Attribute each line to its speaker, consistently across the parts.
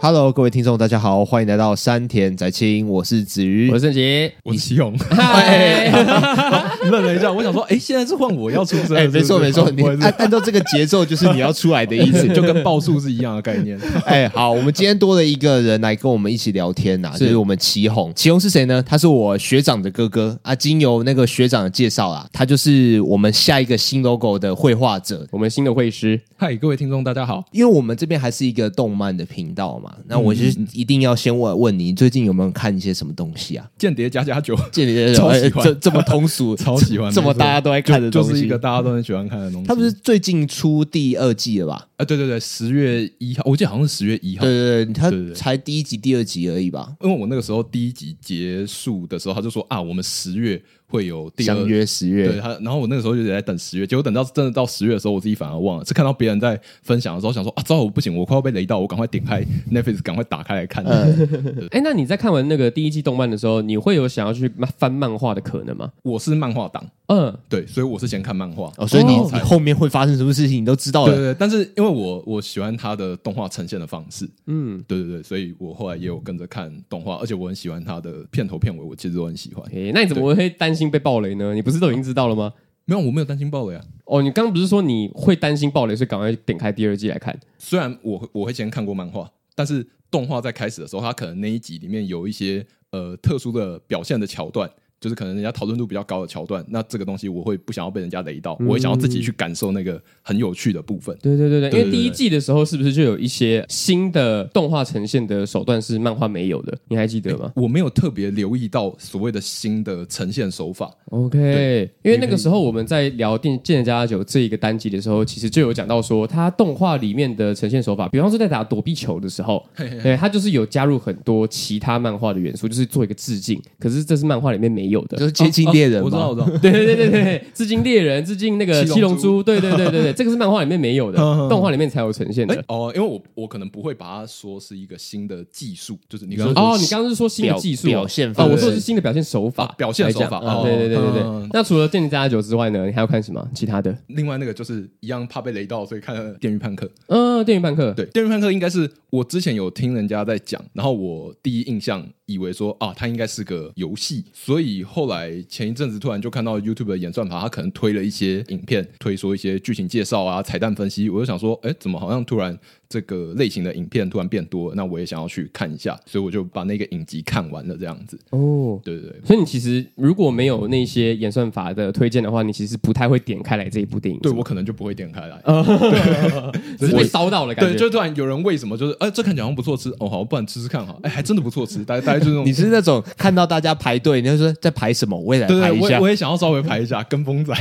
Speaker 1: Hello，各位听众，大家好，欢迎来到山田宅青，我是子瑜，
Speaker 2: 我是圣杰，
Speaker 3: 我是勇，
Speaker 2: 嗨，
Speaker 3: 哦愣了一下，我想说，哎，现在是换我要出声了，
Speaker 1: 哎、
Speaker 3: 是不
Speaker 1: 没
Speaker 3: 是
Speaker 1: 错没错，你啊
Speaker 3: 我也
Speaker 1: 按按照这个节奏就是你要出来的意思
Speaker 3: 是 。就跟报数是一样的概念。
Speaker 1: 哎、好，我们今天多了一个人来跟我们一起聊天呐、就是我们祁宏。祁宏是谁呢？他是我学长的哥哥啊。经由那个学长的介绍啊，他就是我们下一个新 logo 的绘画者。
Speaker 2: 我们新的会师，
Speaker 3: 嗨，各位听众，大家好。
Speaker 1: 因为我们这边还是一个动漫的频道嘛，那我就是一定要先问问你，最近有没有看一些什么东西啊？
Speaker 3: 间谍加加酒，
Speaker 1: 这里
Speaker 3: 嗯超喜欢
Speaker 1: 这这么通俗，
Speaker 3: 超喜欢，
Speaker 1: 这么大家都爱看的
Speaker 3: 就
Speaker 1: 东西，
Speaker 3: 是一个大家都很喜欢看的东西。
Speaker 1: 他不是最近出第二季了吧？
Speaker 3: 啊，对对对，十月一号，我记得好像是十月一号
Speaker 1: 对，对对，他
Speaker 3: 对对
Speaker 1: 才第一集、第二集而已吧？
Speaker 3: 因为我那个时候第一集结束的时候，他就说啊，我们十月会有第二
Speaker 1: 相约十
Speaker 3: 对
Speaker 1: 月，
Speaker 3: 他，然后我那个时候就一直在等十月，结果等到真的到十月的时候，我自己反而忘了，是看到别人在分享的时候，想说啊，糟了，我不行，我快要被雷到，我赶快点开 Netflix，赶快打开来看。
Speaker 1: 嗯
Speaker 2: 哎，那你在看完那个第一季动漫的时候，你会有想要去漫翻漫画的可能吗？
Speaker 3: 我是漫画党，
Speaker 2: 嗯，
Speaker 3: 对，所以我是先看漫画。
Speaker 1: 哦，所以你
Speaker 2: 哦
Speaker 1: 你后面会发生什么事情，你都知道
Speaker 3: 对对
Speaker 1: 了。
Speaker 3: 对，但是因为我我喜欢他的动画呈现的方式，嗯，对对对，所以我后来也有跟着看动画，而且我很喜欢他的片头片尾，我其实都很喜欢。
Speaker 2: 哎，那你怎么会担心被暴雷呢？你不是都已经知道了吗？
Speaker 3: 没有，我没有担心爆雷啊。
Speaker 2: 哦，你刚刚不是说你会担心暴雷，所以赶快点开第二季来看？
Speaker 3: 虽然我会我会先看过漫画，但是动画在开始的时候，它可能那一集里面有一些呃特殊的表现的桥段，就是可能人家讨论度比较高的桥段，那这个东西我会不想要被人家雷到，我会想要自己去感受那个很有趣的部分。
Speaker 2: 对对对对，
Speaker 3: 对
Speaker 2: 因为第一季的时候是不是就有一些新的动画呈现的手段是漫画没有的？你还记得吗
Speaker 3: 我没有特别留意到所谓的新的呈现手法，
Speaker 2: ？OK，因为那个时候我们在聊《电剑的加酒》这一个单集的时候，其实就有讲到说，它动画里面的呈现手法，比方说在打躲避球的时候，对，它就是有加入很多其他漫画的元素，就是做一个致敬。可是这是漫画里面没有的
Speaker 1: 就。是接近猎人
Speaker 3: 哦我知道，
Speaker 1: 嘛
Speaker 3: 我，知道。
Speaker 2: 对对对对对，致敬猎人，致敬那个
Speaker 3: 七
Speaker 2: 七
Speaker 3: 龙
Speaker 2: 龙
Speaker 3: 珠
Speaker 2: 珠，对对对对对，这个是漫画里面没有 的，动画里面才有呈现
Speaker 3: 哎
Speaker 2: 的。
Speaker 3: 哦、因为我我可能不会把它说是一个新的技术，就是你刚刚说
Speaker 2: 哦，你刚刚是说新的技术
Speaker 1: 表表现
Speaker 2: 啊？
Speaker 3: 哦
Speaker 1: 方
Speaker 2: 我
Speaker 1: 式
Speaker 2: 说的是新的表现手法
Speaker 3: 啊，表现手法
Speaker 2: 来讲
Speaker 3: 哦
Speaker 2: 啊对对对对对
Speaker 3: 嗯。
Speaker 2: 那除了《电竞加加酒》之外呢，你还要看什么其他的？
Speaker 3: 另外那个就是一样怕被雷到，所以看了《呃电锯判客》。
Speaker 2: 嗯，《电影半客》
Speaker 3: 对，《电锯判客》应该是我之前有听人家在讲，然后我第一印象以为说啊，它应该是个游戏，所以后来前一阵子突然就看到 YouTube 的演算法，它可能推了一些影片，推说一些剧情介绍啊、彩蛋分析，我就想说，哎，怎么好像突然这个类型的影片突然变多了？那我也想要去看一下，所以我就把那个影集看完了，这样子。
Speaker 2: 哦。
Speaker 3: 对对对，
Speaker 2: 所以你其实如果没有那些演算法的推荐的话，你其实不太会点开来这一部电影。
Speaker 3: 对
Speaker 2: 是
Speaker 3: 我
Speaker 2: 吗
Speaker 3: 可能就不会点开来。
Speaker 2: 只是被烧到了感
Speaker 3: 对，
Speaker 2: 觉。
Speaker 3: 就突然有人为什么就是，哎、这看起来好像不错吃，哦，好，不然吃吃看好，哎、还真的不错吃，大家大家就那 种
Speaker 1: 你是那种看到大家排队，你就说在排什么，我也来
Speaker 3: 对
Speaker 1: 排
Speaker 3: 对，
Speaker 1: 一
Speaker 3: 我也
Speaker 1: 下
Speaker 3: 我。也想要稍微排一下跟风仔，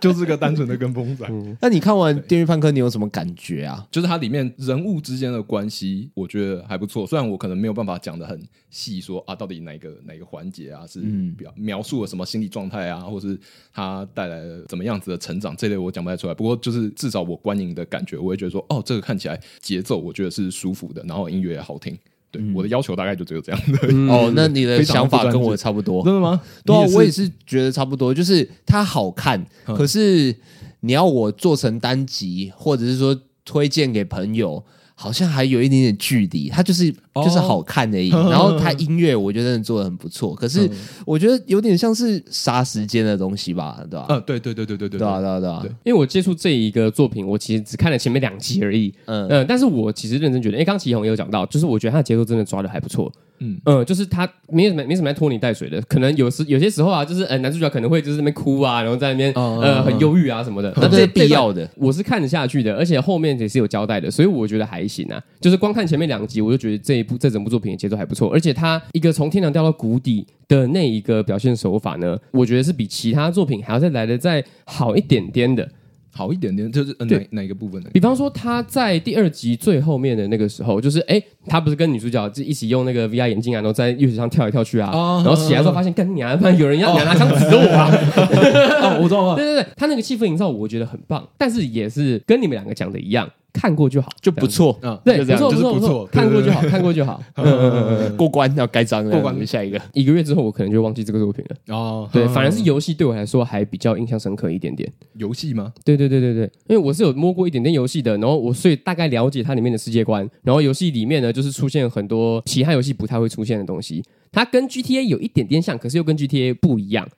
Speaker 3: 就是个单纯的跟风仔。
Speaker 1: 那你看完《电锯判客》，你有什么感觉啊？
Speaker 3: 就是它里面人物之间的关系，我觉得还不错。虽然我可能没有办法讲的很细说，啊，到底哪一个哪一个环节啊是表描述了什么心理状态啊，或是它带来了怎么样子的成长这类，我讲不太出来。不过就是至少我观影的感觉，我会觉得说，哦，这个看起来节奏我觉得是舒服的，然后音乐也好听。对、我的要求大概就只有这样的。
Speaker 1: 哦，那你的
Speaker 3: 嗯非常
Speaker 1: 想
Speaker 3: 不
Speaker 1: 法
Speaker 3: 专
Speaker 1: 跟
Speaker 3: 制
Speaker 1: 我差不多。
Speaker 3: 真的 吗？
Speaker 1: 对啊
Speaker 3: 你，
Speaker 1: 我
Speaker 3: 也
Speaker 1: 也
Speaker 3: 是嗯
Speaker 1: 是觉得差不多，就是它好看，可是你要我做成单集，或者是说推荐给朋友，好像还有一点点距离。它就是
Speaker 3: 哦
Speaker 1: 就是好看 而已。然后它音乐，我觉得真的做的很不错，可
Speaker 3: 嗯
Speaker 1: 是我觉得有点像是杀时间的东西吧，对吧？
Speaker 3: 嗯，对对对对对对
Speaker 1: 对啊，对啊，对啊
Speaker 3: 对，
Speaker 2: 因为我接触这一个作品，我其实只看了前面两集而已。
Speaker 1: 嗯
Speaker 2: 嗯、但是我其实认真觉得，哎、刚刚祁宏也有讲到，就是我觉得他的节奏真的抓的还不错。
Speaker 3: 嗯
Speaker 2: 嗯嗯、就是他没什么没什么在拖泥带水的，可能有时有些时候啊，就是呃男主角可能会就是在那边哭啊，然后在那边、
Speaker 1: 嗯
Speaker 2: 呃很忧郁啊什么的，
Speaker 1: 那这是必要的。
Speaker 2: 我是看得下去的，而且后面也是有交代的，所以我觉得还行啊。就是光看前面两集，我就觉得这一部这整部作品的节奏还不错，而且它一个从天堂掉到谷底的那一个表现手法呢，我觉得是比其他作品还要再来的再好一点点的。
Speaker 3: 好一点点，就是呃哪
Speaker 2: 对
Speaker 3: 哪一个部分呢？
Speaker 2: 比方说他在第二集最后面的那个时候，就是哎，他不是跟女主角就一起用那个 VR 眼镜啊，然后在月球上跳来跳去啊，
Speaker 3: 哦
Speaker 2: 然后起来之后发现，干你啊，发现有人要拿枪指着我 啊！
Speaker 3: 哦，我知道了。
Speaker 2: 对对对，他那个气氛营造我觉得很棒，但是也是跟你们两个讲的一样。看过就好，
Speaker 1: 就不错，
Speaker 3: 嗯，
Speaker 2: 对，
Speaker 1: 就这
Speaker 2: 不
Speaker 1: 样
Speaker 2: 错不错
Speaker 3: 就是不
Speaker 2: 错，
Speaker 3: 错
Speaker 2: 看过就好，
Speaker 3: 对对对
Speaker 2: 看过就好。
Speaker 1: 嗯嗯嗯嗯， 过关要盖章了，
Speaker 3: 过关
Speaker 1: 我们下一个
Speaker 2: 一个月之后，我可能就忘记这个作品了。
Speaker 3: 哦，
Speaker 2: 对，
Speaker 3: 嗯
Speaker 2: 反而是游戏对我来说还比较印象深刻一点点。
Speaker 3: 游戏吗？
Speaker 2: 对对对对对，因为我是有摸过一点点游戏的，然后我所以大概了解它里面的世界观，然后游戏里面呢就是出现很多其他游戏不太会出现的东西，它跟 GTA 有一点点像，可是又跟 GTA 不一 样。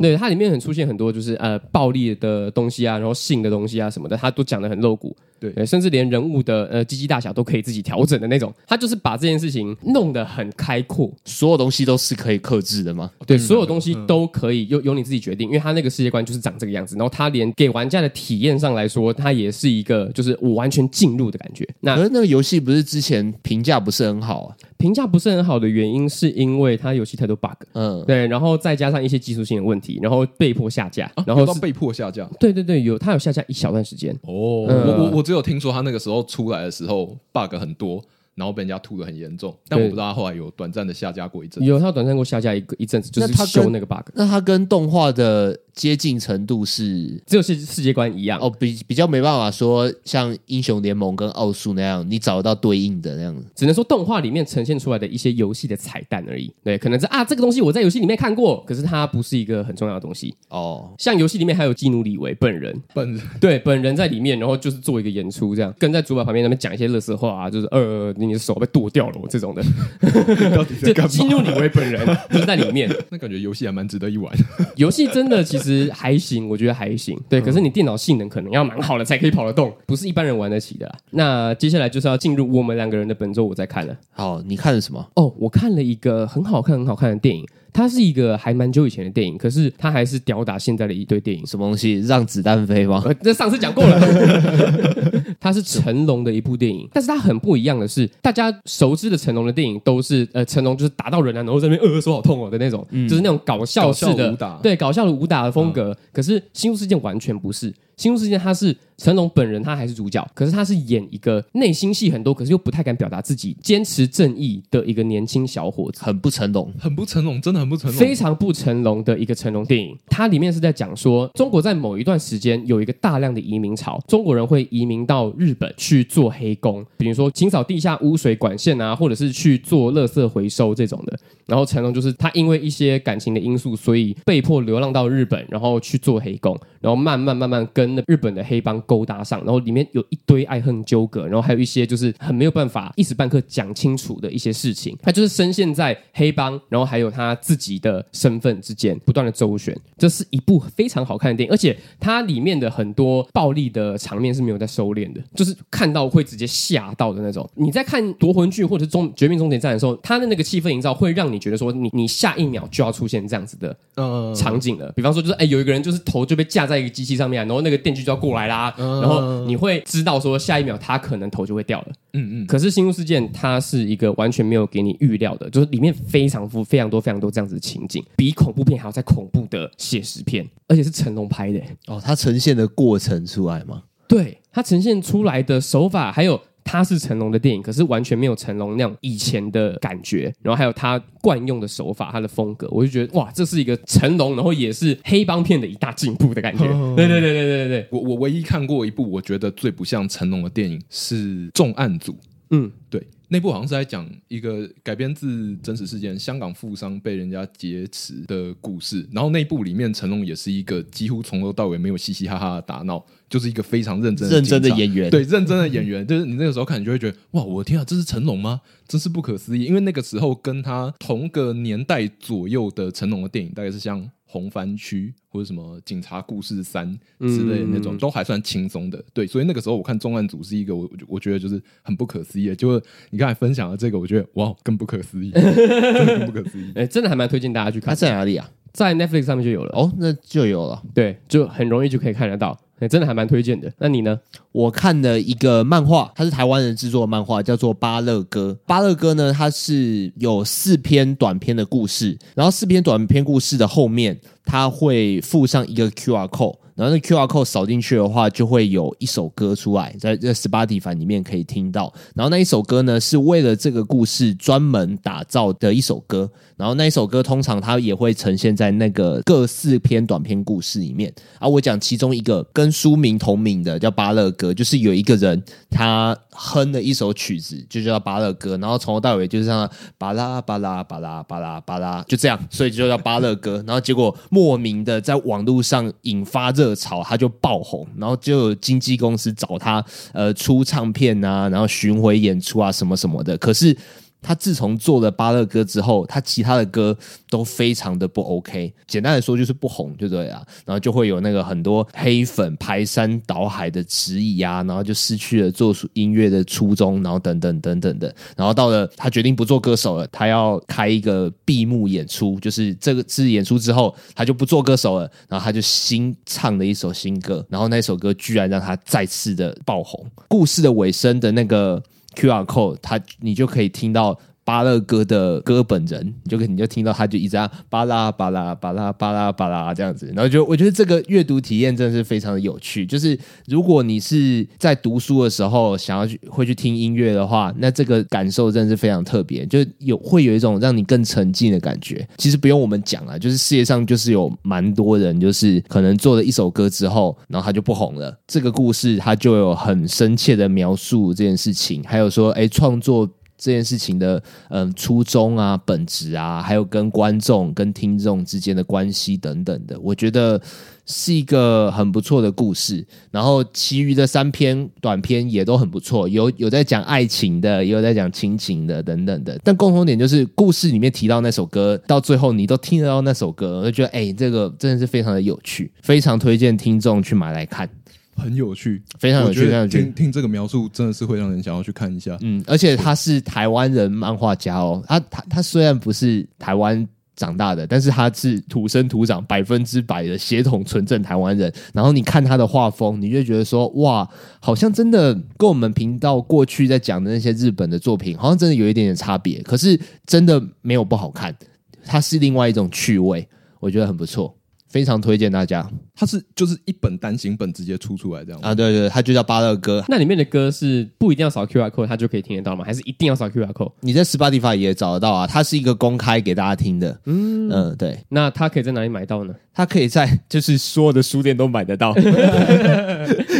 Speaker 2: 对，它里面很出现很多就是呃暴力的东西啊，然后性的东西啊什么的，它都讲的很露骨。
Speaker 3: 对
Speaker 2: 甚至连人物的呃鸡鸡大小都可以自己调整的那种，它就是把这件事情弄得很开阔，
Speaker 1: 所有东西都是可以克制的吗？
Speaker 2: 对，
Speaker 3: 当然
Speaker 2: 所有东
Speaker 1: 嗯
Speaker 2: 西都可以由由你自己决定，因为他那个世界观就是长这个样子。然后他连给玩家的体验上来说，它也是一个就是我完全进入的感觉。
Speaker 1: 可
Speaker 2: 那
Speaker 1: 是那个游戏不是之前评价不是很好啊？
Speaker 2: 评价不是很好的原因，是因为它游戏太多 bug，
Speaker 1: 嗯，
Speaker 2: 对，然后再加上一些技术性的问题，然后被迫下架，
Speaker 1: 啊
Speaker 2: 然后
Speaker 3: 要到
Speaker 2: 是
Speaker 3: 啊被迫下架。
Speaker 2: 对对对，有它有下架一小段时间。
Speaker 3: 哦，
Speaker 2: 嗯
Speaker 3: 我我我只有听说他那个时候出来的时候 bug 很多，然后被人家吐的很严重，但我
Speaker 2: 对
Speaker 3: 不知道他后来有短暂的下架过一阵。
Speaker 2: 有，它有短暂给我下架一个一阵子，就
Speaker 1: 那它
Speaker 2: 是
Speaker 1: 跟
Speaker 2: 修那个 bug，
Speaker 1: 那它跟动画的接近程度是
Speaker 2: 只有是世界观一样。
Speaker 1: 哦，比比较没办法说像英雄联盟跟奥数那样，你找得到对应的那样子。
Speaker 2: 只能说动画里面呈现出来的一些游戏的彩蛋而已，对，可能是啊，这个东西我在游戏里面看过，可是它不是一个很重要的东西。
Speaker 1: 哦，
Speaker 2: 像游戏里面还有基努里维本人，
Speaker 3: 本 人
Speaker 2: 对，本人在里面，然后就是做一个演出，这样跟在主板旁边那边讲一些乐色话啊，就是呃，你的手被剁掉了，我这种 的，
Speaker 3: 到底在
Speaker 2: 就
Speaker 3: 干
Speaker 2: 基
Speaker 3: 嘛？
Speaker 2: 努里维本人就是在里面。
Speaker 3: 那感觉游戏还蛮值得一玩。
Speaker 2: 游戏真的其实还行，我觉得还行，
Speaker 3: 嗯
Speaker 2: 对，可是你电脑性能可能要蛮好的才可以跑得动，不是一般人玩得起的啦。那接下来就是要进入我们两个人的本周我在看了。
Speaker 1: 好，你看了什么？
Speaker 2: 哦，我看了一个很好看、很好看的电影，它是一个还蛮久以前的电影，可是它还是吊打现在的一堆电影。
Speaker 1: 什么东西？让子弹飞吗？
Speaker 2: 呃，这上次讲过了， 它是成龙的一部电影，但是它很不一样的是，大家熟知的成龙的电影都是呃，成龙就是打到人啊，然后在那边呃手好痛哦的那种，就是那种搞笑式
Speaker 3: 搞
Speaker 2: 的
Speaker 3: 笑武打
Speaker 2: 对搞笑的武打的风格。可是《新宿事件》完全不是，《新宿事件》他是成龙本人，他还是主角，可是他是演一个内心戏很多，可是又不太敢表达自己、坚持正义的一个年轻小伙子。
Speaker 1: 很不成龙。
Speaker 3: 很不成龙，真的很不成龙。
Speaker 2: 非常不成龙的一个成龙电影。它里面是在讲说，中国在某一段时间有一个大量的移民潮，中国人会移民到日本去做黑工，比如说清扫地下污水管线啊，或者是去做垃圾回收这种的。然后成龙就是他因为一些感情的因素，所以被迫流浪到日本，然后去做黑工，然后慢慢慢慢跟日本的黑帮勾搭上，然后里面有一堆爱恨纠葛，然后还有一些就是很没有办法一时半刻讲清楚的一些事情，他就是深陷在黑帮，然后还有他自己的身份之间不断的周旋。这是一部非常好看的电影，而且它里面的很多暴力的场面是没有在收敛的，就是看到会直接吓到的那种。你在看夺魂剧或者是终绝命终结战的时候，它的那个气氛营造会让你觉得说你，你下一秒就要出现这样子的
Speaker 3: 嗯，
Speaker 2: 场景了。比方说，就是哎、有一个人就是头就被架在一个机器上面啊、然后那个电锯就要过来啦，
Speaker 3: 嗯
Speaker 2: 然后你会知道说下一秒他可能头就会掉了。
Speaker 3: 嗯嗯，
Speaker 2: 可是《新入事件》它是一个完全没有给你预料的，就是里面非常多、非常多、非常多这样子的情景，比恐怖片还要再恐怖的写实片，而且是成龙拍的、欸
Speaker 1: 哦，它呈现的过程出来吗？
Speaker 2: 对它呈现出来的手法，还有它是成龙的电影，可是完全没有成龙那样以前的感觉。然后还有他惯用的手法，他的风格，我就觉得哇，这是一个成龙，然后也是黑帮片的一大进步的感觉。对对对对对对对，
Speaker 3: 我我唯一看过一部我觉得最不像成龙的电影是《重案组》。
Speaker 2: 嗯，
Speaker 3: 对，那部好像是在讲一个改编自真实事件，香港富商被人家劫持的故事。然后那部里面成龙也是一个几乎从头到尾没有嘻嘻哈哈的打闹，就是一个非常认真
Speaker 1: 认真的
Speaker 3: 警察
Speaker 1: 演员
Speaker 3: 对认真的演员，就是你那个时候看，你就会觉得哇，我的天啊，这是成龙吗？真是不可思议！因为那个时候跟他同个年代左右的成龙的电影，大概是像《红番区》或者什么《警察故事三》之类的那种，
Speaker 2: 嗯
Speaker 3: 都还算轻松的。对，所以那个时候我看《重案组》是一个我我觉得就是很不可思议的。就是你刚才分享的这个，我觉得哇，更不可思议，真的更不可思议。
Speaker 2: 哎，真的还蛮推荐大家去
Speaker 1: 它
Speaker 2: 看，
Speaker 1: 在哪里啊？
Speaker 2: 在 Netflix 上面就有了。
Speaker 1: 哦，那就有了。
Speaker 2: 对，就很容易就可以看得到，哎真的还蛮推荐的。那你呢？
Speaker 1: 我看了一个漫画，它是台湾人制作的漫画，叫做《巴乐哥》。巴乐哥呢，它是有四篇短篇的故事，然后四篇短篇故事的后面，它会附上一个 QR code，然后那 QR code 扫进去的话，就会有一首歌出来，在在 Spotify 里面可以听到。然后那一首歌呢，是为了这个故事专门打造的一首歌。然后那一首歌通常它也会呈现在那个各四篇短篇故事里面。啊，我讲其中一个跟书名同名的叫《巴勒歌》，就是有一个人他哼了一首曲子，就叫《巴勒歌》，然后从头到尾就是这样巴拉巴拉巴拉巴拉巴拉，就这样，所以就叫《巴勒歌》。然后结果莫名的在网络上引发热潮，他就爆红，然后就有经纪公司找他呃出唱片啊，然后巡回演出啊什么什么的。可是他自从做了巴勒歌之后，他其他的歌都非常的不 OK。简单的说就是不红，就对了。然后就会有那个很多黑粉排山倒海的质疑啊，然后就失去了做音乐的初衷，然后等等等等的。然后到了他决定不做歌手了，他要开一个闭幕演出，就是这个次演出之后，他就不做歌手了，然后他就新唱了一首新歌，然后那首歌居然让他再次的爆红。故事的尾声的那个。QR code，它你就可以听到巴勒哥的歌本人，你就可以你就听到他就一直啊巴拉巴拉巴拉巴拉巴拉这样子，然后就我觉得这个阅读体验真的是非常的有趣。就是如果你是在读书的时候想要去会去听音乐的话，那这个感受真的是非常特别，就有会有一种让你更沉浸的感觉。其实不用我们讲啊，就是世界上就是有蛮多人，就是可能做了一首歌之后，然后他就不红了。这个故事他就有很深切的描述这件事情，还有说，哎，创作这件事情的嗯初衷啊、本质啊，还有跟观众、跟听众之间的关系等等的，我觉得是一个很不错的故事。然后其余的三篇短篇也都很不错，有有在讲爱情的，也有在讲亲情的等等的。但共同点就是故事里面提到那首歌，到最后你都听得到那首歌，我就觉得哎、这个真的是非常的有趣，非常推荐听众去买来看。
Speaker 3: 很有趣，
Speaker 1: 非常有
Speaker 3: 我
Speaker 1: 趣
Speaker 3: 觉
Speaker 1: 非常
Speaker 3: 得
Speaker 1: 有趣
Speaker 3: 听听这个描述，真的是会让人想要去看一下。
Speaker 1: 嗯，而且他是台湾人漫画家哦，他他他虽然不是台湾。长大的，但是他是土生土长，百分之百的血统纯正台湾人。然后你看他的画风，你就觉得说，哇，好像真的跟我们频道过去在讲的那些日本的作品，好像真的有一点点差别。可是真的没有不好看，它是另外一种趣味，我觉得很不错，非常推荐大家
Speaker 3: 它是就是一本单行本直接出出来这样吗
Speaker 1: 啊！对对，它就叫巴乐哥，
Speaker 2: 那里面的歌是不一定要扫 QR code 它就可以听得到吗？还是一定要扫 QR code？
Speaker 1: 你在 Spotify 也找得到啊，它是一个公开给大家听的。嗯嗯，对。
Speaker 2: 那它可以在哪里买到呢？
Speaker 1: 他可以在就是所有的书店都买得 到，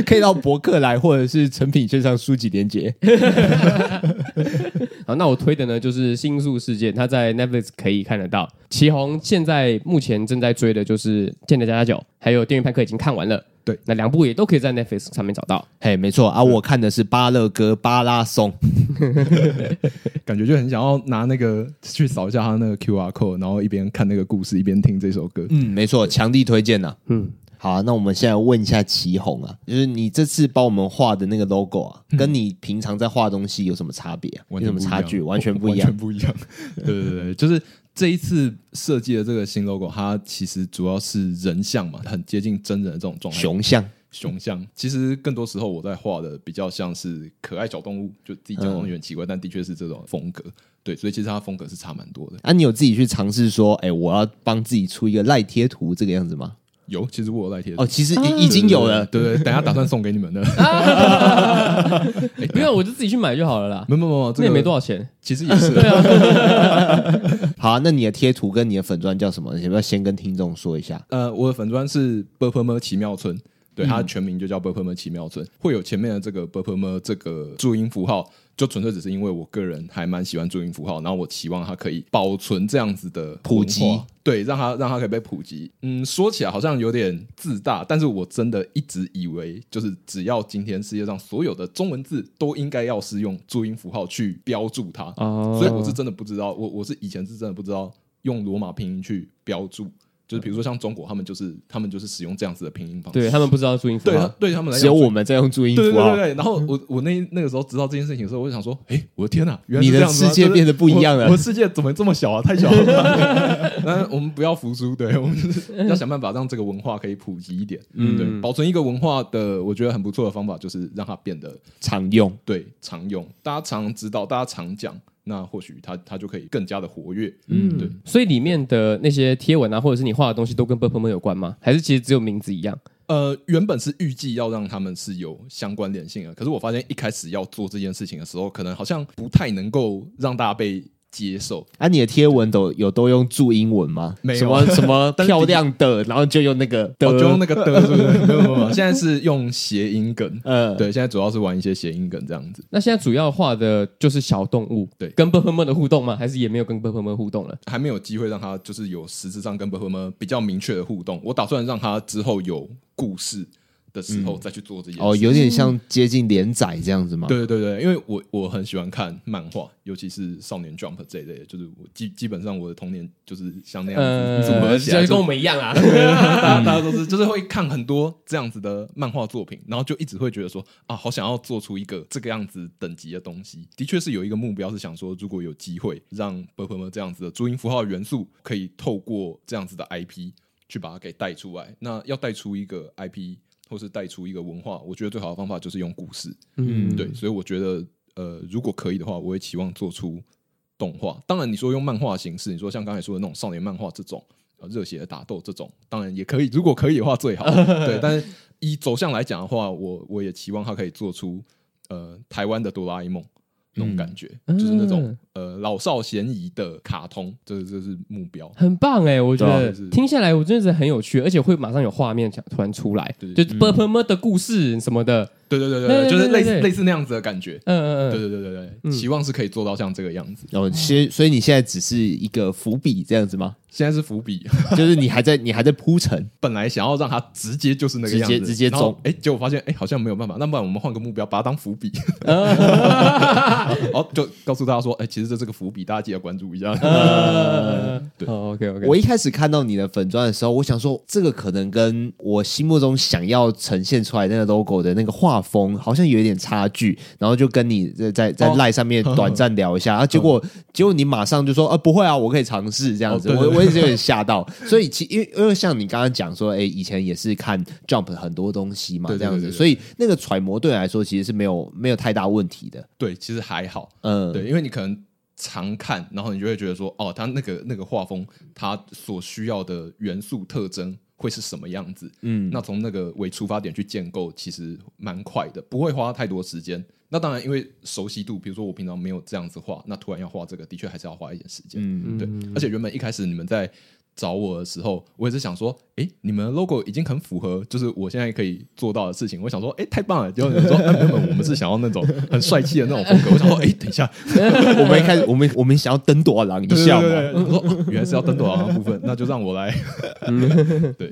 Speaker 1: 可以到博客来或者是成品线上书籍连接。
Speaker 2: 好，那我推的呢就是《星宿事件》，它在 Netflix 可以看得到。祁宏现在目前正在追的就是《间谍加加酒》，还有《电锯派克》已经看完了。
Speaker 3: 对，
Speaker 2: 那两部也都可以在 Netflix 上面找到。
Speaker 1: 嘿，没错啊，我看的是巴勒哥巴拉松，
Speaker 3: 感觉就很想要拿那个去扫一下他那个 QR code，然后一边看那个故事，一边听这首歌。
Speaker 1: 嗯，没错，强力推荐呐、
Speaker 2: 嗯，
Speaker 1: 好、啊，那我们现在问一下祁宏啊，就是你这次帮我们画的那个 logo 啊，跟你平常在画东西有什么差别、啊？有
Speaker 3: 嗯完
Speaker 1: 什
Speaker 3: 全
Speaker 1: 么
Speaker 3: 不一
Speaker 1: 差
Speaker 3: 样
Speaker 1: 距？完全不一
Speaker 3: 完全
Speaker 1: 样。
Speaker 3: 不一样。 对对对，就是这一次设计的这个新 logo，它其实主要是人像嘛，很接近真人的这种状态。
Speaker 1: 熊像，
Speaker 3: 熊像，其实更多时候我在画的比较像是可爱小动物，就自己讲好像有点奇
Speaker 1: 嗯
Speaker 3: 怪，但的确是这种风格。对，所以其实它风格是差蛮多的。
Speaker 1: 啊，你有自己去尝试说，哎、我要帮自己出一个赖贴图这个样子吗？
Speaker 3: 有，其实我有来贴
Speaker 1: 哦，其实
Speaker 3: 啊
Speaker 1: 已已经有了，
Speaker 3: 对对，对等一下打算送给 你们的。
Speaker 2: 不用，我就自己去买就好了啦。
Speaker 3: 哎没有没有没有，这
Speaker 2: 那
Speaker 3: 个
Speaker 2: 也没多少钱。
Speaker 3: 其实也是，
Speaker 1: 好、啊，那你的贴图跟你的粉砖叫什么？你要不要先跟听众说一下？
Speaker 3: 呃，我的粉砖是 b u r p m 奇妙村，
Speaker 1: 嗯
Speaker 3: 对，它的全名就叫 b u r p m 奇妙村，会有前面的这个 b u r p m 这个注音符号，就纯粹只是因为我个人还蛮喜欢注音符号，然后我期望它可以保存这样子的
Speaker 1: 普
Speaker 3: 文化
Speaker 1: 及，
Speaker 3: 对，让它让它可以被普及。嗯，说起来好像有点自大，但是我真的一直以为，就是只要今天世界上所有的中文字都应该要是用注音符号去标注它，
Speaker 2: 哦
Speaker 3: 所以我是真的不知道，我我是以前是真的不知道用罗马拼音去标注，就是比如说像中国，他们就是他们就是使用这样子的拼音方式，
Speaker 2: 对他们不知道注音符
Speaker 3: 对他
Speaker 2: 号。
Speaker 3: 对他们来
Speaker 1: 只有
Speaker 3: 讲
Speaker 1: 我啊们在用注音
Speaker 3: 对对
Speaker 1: 符
Speaker 3: 对
Speaker 1: 号，
Speaker 3: 对，然后
Speaker 1: 嗯
Speaker 3: 我我那那个时候知道这件事情的时候，我就想说，哎，我的天呐，原来
Speaker 1: 你
Speaker 3: 是
Speaker 1: 的
Speaker 3: 这样子吗
Speaker 1: 世界
Speaker 3: 就是
Speaker 1: 变得不一样了
Speaker 3: 我我世界怎么这么小啊？太小了吧。 那我们不要服输，对我们就是要想办法让这个文化可以普及一点。嗯，对，保存一个文化的，我觉得很不错的方法就是让它变得
Speaker 1: 常用。
Speaker 3: 对常用，大家常知道，大家常讲。那或许它它就可以更加的活跃。
Speaker 2: 嗯，对。所以里面的那些贴文啊，或者是你画的东西，都跟 b u r p l e 有关吗？还是其实只有名字一样？
Speaker 3: 呃，原本是预计要让他们是有相关联性的，可是我发现一开始要做这件事情的时候，可能好像不太能够让大家被接受。
Speaker 1: 啊，你的贴文都有都用注英文吗？
Speaker 3: 没有
Speaker 1: 什么什 么漂亮的，然后就用那个的，
Speaker 3: 哦，就用那 个的，是不是？没有没有没有， 现在是用谐音梗。
Speaker 1: 呃，
Speaker 3: 对，现在主要是玩一些谐音梗这样子，
Speaker 2: 那现在主要画的就是小动物，
Speaker 3: 对
Speaker 2: 跟 b u r p l e 的互动吗？还是也没有跟 b u r p l e 互动了？
Speaker 3: 还没有机会让他就是有实质上跟 b u r m a 比较明确的互动。我打算让他之后有故事的时候再去做这件事。
Speaker 1: 哦，有点像接近连载这样子吗？，
Speaker 3: 对对对，因为我我很喜欢看漫画，尤其是少年 Jump 这一类的，就是我基基本上我的童年就是像那样
Speaker 2: 呃
Speaker 3: 子组合起来，
Speaker 2: 就
Speaker 3: 就
Speaker 2: 跟我们一样啊。
Speaker 3: 呃大家大家都是就是会看很多这样子的漫画作品，然后就一直会觉得说啊，好想要做出一个这个样子等级的东西。的确是有一个目标是想说，如果有机会让 b u r p l e 这样子的注音符号元素可以透过这样子的 IP 去把它给带出来，那要带出一个 IP 或是带出一个文化，我觉得最好的方法就是用故事。
Speaker 2: 嗯，
Speaker 3: 对，所以我觉得，呃，如果可以的话，我也期望做出动画。当然，你说用漫画形式，你说像刚才说的那种少年漫画这种，呃，热血的打斗这种，当然也可以。如果可以的 话，最好。对，但是以走向来讲的话，我我也期望它可以做出呃台湾的哆啦 A
Speaker 2: 嗯
Speaker 3: 梦那种感觉，就是那种呃老少咸宜的卡通，这这是目 标。
Speaker 2: 很棒哎、我觉
Speaker 3: 对
Speaker 2: 得
Speaker 3: 啊是
Speaker 2: 听下来我真的是很有趣，而且会马上有画面想突然出来，
Speaker 3: 对
Speaker 2: 就是 b u r p l e 的故事什么的。
Speaker 3: 对对对
Speaker 2: 对
Speaker 3: 对，
Speaker 2: 对
Speaker 3: 就是
Speaker 2: 对
Speaker 3: 类似
Speaker 2: 对
Speaker 3: 类似那样子的感觉。
Speaker 2: 嗯
Speaker 3: 对
Speaker 2: 嗯
Speaker 3: 对对对对，期望是可以做到像这个样子。
Speaker 1: 哦，其实所以你现在只是一个伏笔这样子吗？
Speaker 3: 现在是伏笔。
Speaker 1: 就是你还在你还在铺陈，
Speaker 3: 本来想要让他直接就是那个样子，
Speaker 1: 直接直接
Speaker 3: 然后
Speaker 1: 中
Speaker 3: 哎、结果发现哎、好像没有办法，那不然我们换个目标，把它当伏笔， 然后就告诉大家说，哎、其实这是个伏笔，大家记得关注一 下。
Speaker 2: 嗯，
Speaker 3: 对
Speaker 2: 哦，OK OK，
Speaker 1: 我一开始看到你的粉砖的时候，我想说，这个可能跟我心目中想要呈现出来那个 logo 的那个画风好像有一点差距，然后就跟你在在在
Speaker 3: 哦嗯
Speaker 1: line 上面短暂聊一下，啊，结果结果你马上就说，啊，不会啊，我可以尝试这样子，
Speaker 3: 哦对对
Speaker 1: 我我也是有点吓到，所以其因为因为像你刚刚讲说，哎、以前也是看 Jump 很多东西嘛，
Speaker 3: 对对
Speaker 1: 这样子，
Speaker 3: 对对对
Speaker 1: 所以那个揣摩对你来说其实是没有没有太大问题的，
Speaker 3: 对，其实还好，
Speaker 1: 嗯，
Speaker 3: 对，因为你可能常看，然后你就会觉得说，哦，他那个那个画风，他所需要的元素特征会是什么样子？嗯，那从那个为出发点去建构，其实蛮快的，不会花太多时间。那当然，因为熟悉度，比如说我平常没有这样子画，那突然要画这个，的确还是要花一点时间。
Speaker 1: 嗯，
Speaker 3: 对，而且原本一开始你们在找我的时候，我也是想说，诶，你们的 logo 已经很符合，就是我现在可以做到的事情。我想说，诶，太棒了！结果你们说，啊，原本我们是想要那种很帅气的那种风格。我想说，诶，等一下，
Speaker 1: 我们一开始我们我们想要登朵郎一
Speaker 3: 对
Speaker 1: 下嘛，
Speaker 3: 对对对我说、哦原来是要登嗯朵 郎的部分，那就让我来。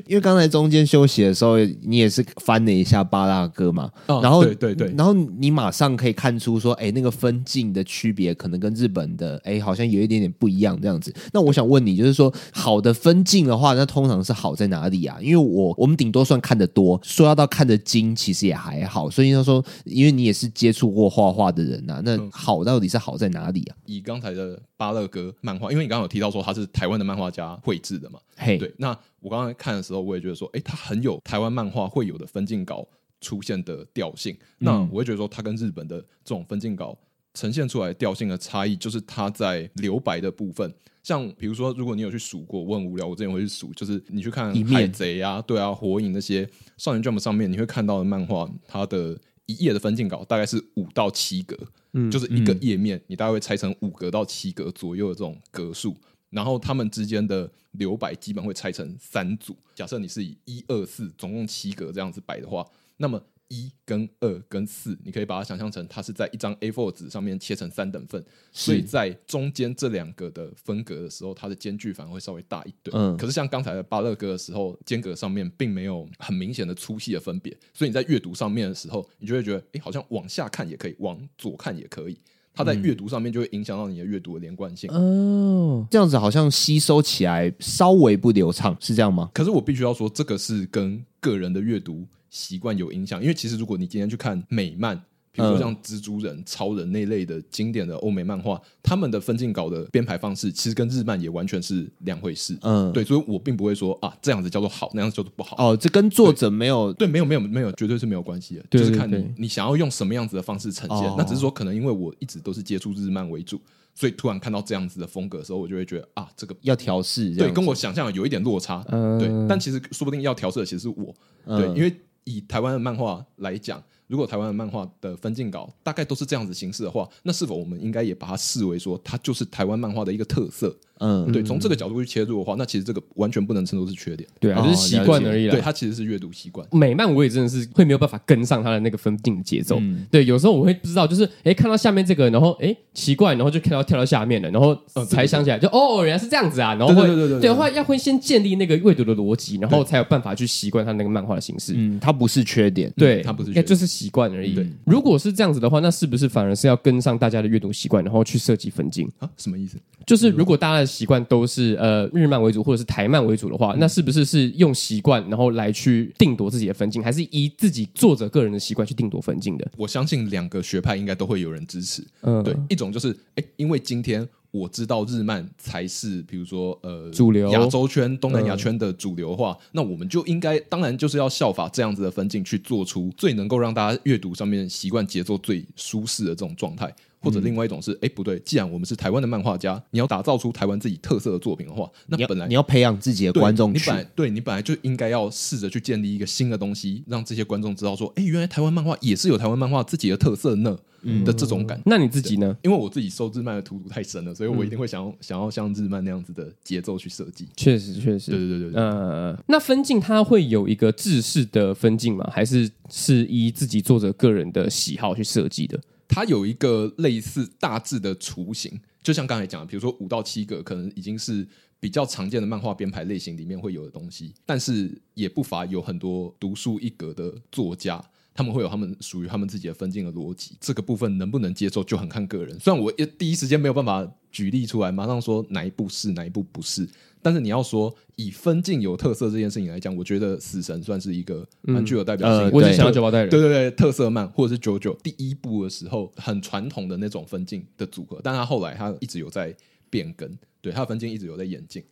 Speaker 1: 因为刚才中间休息的时候，你也是翻了一下巴拉哥嘛，
Speaker 3: 哦
Speaker 1: 然后
Speaker 3: 对对对
Speaker 1: 然后你马上可以看出说，哎，那个分镜的区别可能跟日本的，哎，好像有一点点不一样这样子。那我想问你，就是说好的分镜的话，那通常是好在哪里啊？因为我我们顶多算看得多，说要到看得精，其实也还好。所以他说，因为你也是接触过画画的人呐、
Speaker 3: 嗯
Speaker 1: 啊，那好到底是好在哪里啊？
Speaker 3: 以刚才的巴勒哥漫画，因为你刚刚有提到说他是台湾的漫画家绘制的嘛，
Speaker 1: 嘿，
Speaker 3: 对，那我刚才看的时候，我也觉得说，诶，它很有台湾漫画会有的分镜稿出现的调性。那
Speaker 1: 嗯
Speaker 3: 我会觉得说，它跟日本的这种分镜稿呈现出来的调性的差异，就是它在留白的部分。像比如说，如果你有去数过，我很无聊，我之前会去数，就是你去看
Speaker 1: 一
Speaker 3: 海
Speaker 1: 面
Speaker 3: 贼啊，对啊，火影那些少年 Jump 上面你会看到的漫画，它的一页的分镜稿大概是五到七格，就是一个页面，你大概会拆成五格到七格左右的这种格数。然后他们之间的留白基本会拆成三组。假设你是以一二四总共七格这样子摆的话，那么一跟二跟四，你可以把它想象成它是在一张 A4 纸上面切成三等份，所以在中间这两个的分隔的时候，它的间距反而会稍微大一点。
Speaker 1: 嗯
Speaker 3: 可是像刚才的巴勒哥的时候，间隔上面并没有很明显的粗细的分别，所以你在阅读上面的时候，你就会觉得，诶，好像往下看也可以，往左看也可以。它在阅读上面就会影响到你的阅读的连贯性。
Speaker 2: 哦，
Speaker 1: 这样子好像吸收起来稍微不流畅，是这样吗？
Speaker 3: 可是我必须要说，这个是跟个人的阅读习惯有影响，因为其实如果你今天去看美漫。比如说像蜘蛛人、超人那类的经典的欧美漫画，他们的分镜稿的编排方式其实跟日漫也完全是两回事。
Speaker 1: 嗯，
Speaker 3: 对，所以我并不会说啊，这样子叫做好，那样子叫做不好。
Speaker 1: 哦，这跟作者没有
Speaker 3: 对，没有没有没有，绝对是没有关系的，
Speaker 2: 对
Speaker 3: 就是
Speaker 2: 对
Speaker 3: 看
Speaker 2: 对
Speaker 3: 你你想要用什么样子的方式呈现。
Speaker 1: 哦
Speaker 3: 那只是说，可能因为我一直都是接触日漫为主，所以突然看到这样子的风格的时候，我就会觉得啊，这个
Speaker 1: 要调试这样
Speaker 3: 对
Speaker 1: 子，
Speaker 3: 跟我想象有一点落差，
Speaker 2: 嗯
Speaker 3: 对，但其实说不定要调试的其实是我，对，
Speaker 1: 嗯
Speaker 3: 因为以台湾的漫画来讲，如果台湾的漫画的分镜稿大概都是这样子形式的话，那是否我们应该也把它视为说它就是台湾漫画的一个特色？
Speaker 1: 嗯
Speaker 3: 对，从这个角度去切入的话，那其实这个完全不能称作是缺点，
Speaker 2: 对啊，
Speaker 1: 哦
Speaker 2: 就是习惯而已啦
Speaker 3: 对，。它其实是阅读习惯。
Speaker 2: 美漫我也真的是会没有办法跟上他的那个分镜的节奏，
Speaker 1: 嗯
Speaker 2: 对，有时候我会不知道，就是哎看到下面这个，然后哎奇怪，然后就看到跳到下面了，然后
Speaker 3: 对
Speaker 2: 才想起来，就哦原来是这样子啊，然后会
Speaker 3: 对对对对对
Speaker 2: 对，会要会先建立那个阅读的逻辑，然后才有办法去习惯他那个漫画的形式。
Speaker 1: 嗯，它不是缺点，
Speaker 2: 对，
Speaker 3: 它不是
Speaker 2: 应该
Speaker 3: 学
Speaker 2: 就是习惯而已。
Speaker 3: 对
Speaker 2: 如果是这样子的话，那是不是反而是要跟上大家的阅读习惯，然后去设计分镜？
Speaker 3: 啊，什么意思？
Speaker 2: 就是如果大家的习惯都是呃日漫为主或者是台漫为主的话，那是不是是用习惯然后来去定夺自己的分镜，还是以自己作者个人的习惯去定夺分镜的？
Speaker 3: 我相信两个学派应该都会有人支持。
Speaker 2: 嗯，
Speaker 3: 对，一种就是哎、诶因为今天我知道日漫才是比如说呃
Speaker 2: 主流
Speaker 3: 亚洲圈、东南亚圈的主流化，
Speaker 1: 嗯
Speaker 3: 那我们就应该当然就是要效法这样子的分镜去做出最能够让大家阅读上面习惯节奏最舒适的这种状态。或
Speaker 1: 嗯
Speaker 3: 者另外一种是，哎、不对，既然我们是台湾的漫画家，你要打造出台湾自己特色的作品的话，那
Speaker 1: 你要
Speaker 3: 本来
Speaker 1: 你要培养自己的
Speaker 3: 对
Speaker 1: 观众
Speaker 3: 你
Speaker 1: 群
Speaker 3: 本，来对你本来就应该要试着去建立一个新的东西，让这些观众知道说，哎，原来台湾漫画也是有台湾漫画自己的特色呢、
Speaker 1: 嗯
Speaker 3: 的这种感。
Speaker 2: 那你自己呢？
Speaker 3: 因为我自己受日漫的荼毒太深了，所以我一定会想要、想要像日漫那样子的节奏去设计。
Speaker 2: 确实，确实，
Speaker 3: 对对对对对，
Speaker 2: 呃，那分镜它会有一个制式的分镜吗？还是是依自己作者个人的喜好去设计的？
Speaker 3: 它有一个类似大致的雏形，就像刚才讲的，比如说五到七个，可能已经是比较常见的漫画编排类型里面会有的东西，但是也不乏有很多独树一格的作家。他们会有他们属于他们自己的分镜的逻辑，这个部分能不能接受就很看个人。虽然我也第一时间没有办法举例出来，马上说哪一部是哪一部不是，但是你要说以分镜有特色这件事情来讲，我觉得《死神》算是一个蛮具有代表性的、
Speaker 1: 呃
Speaker 2: 嗯我
Speaker 1: 对
Speaker 2: 是想要九宝代人，
Speaker 3: 对对对，特色漫或者是九九第一部的时候很传统的那种分镜的组合，但他后来他一直有在变更，对他的分镜一直有在演进。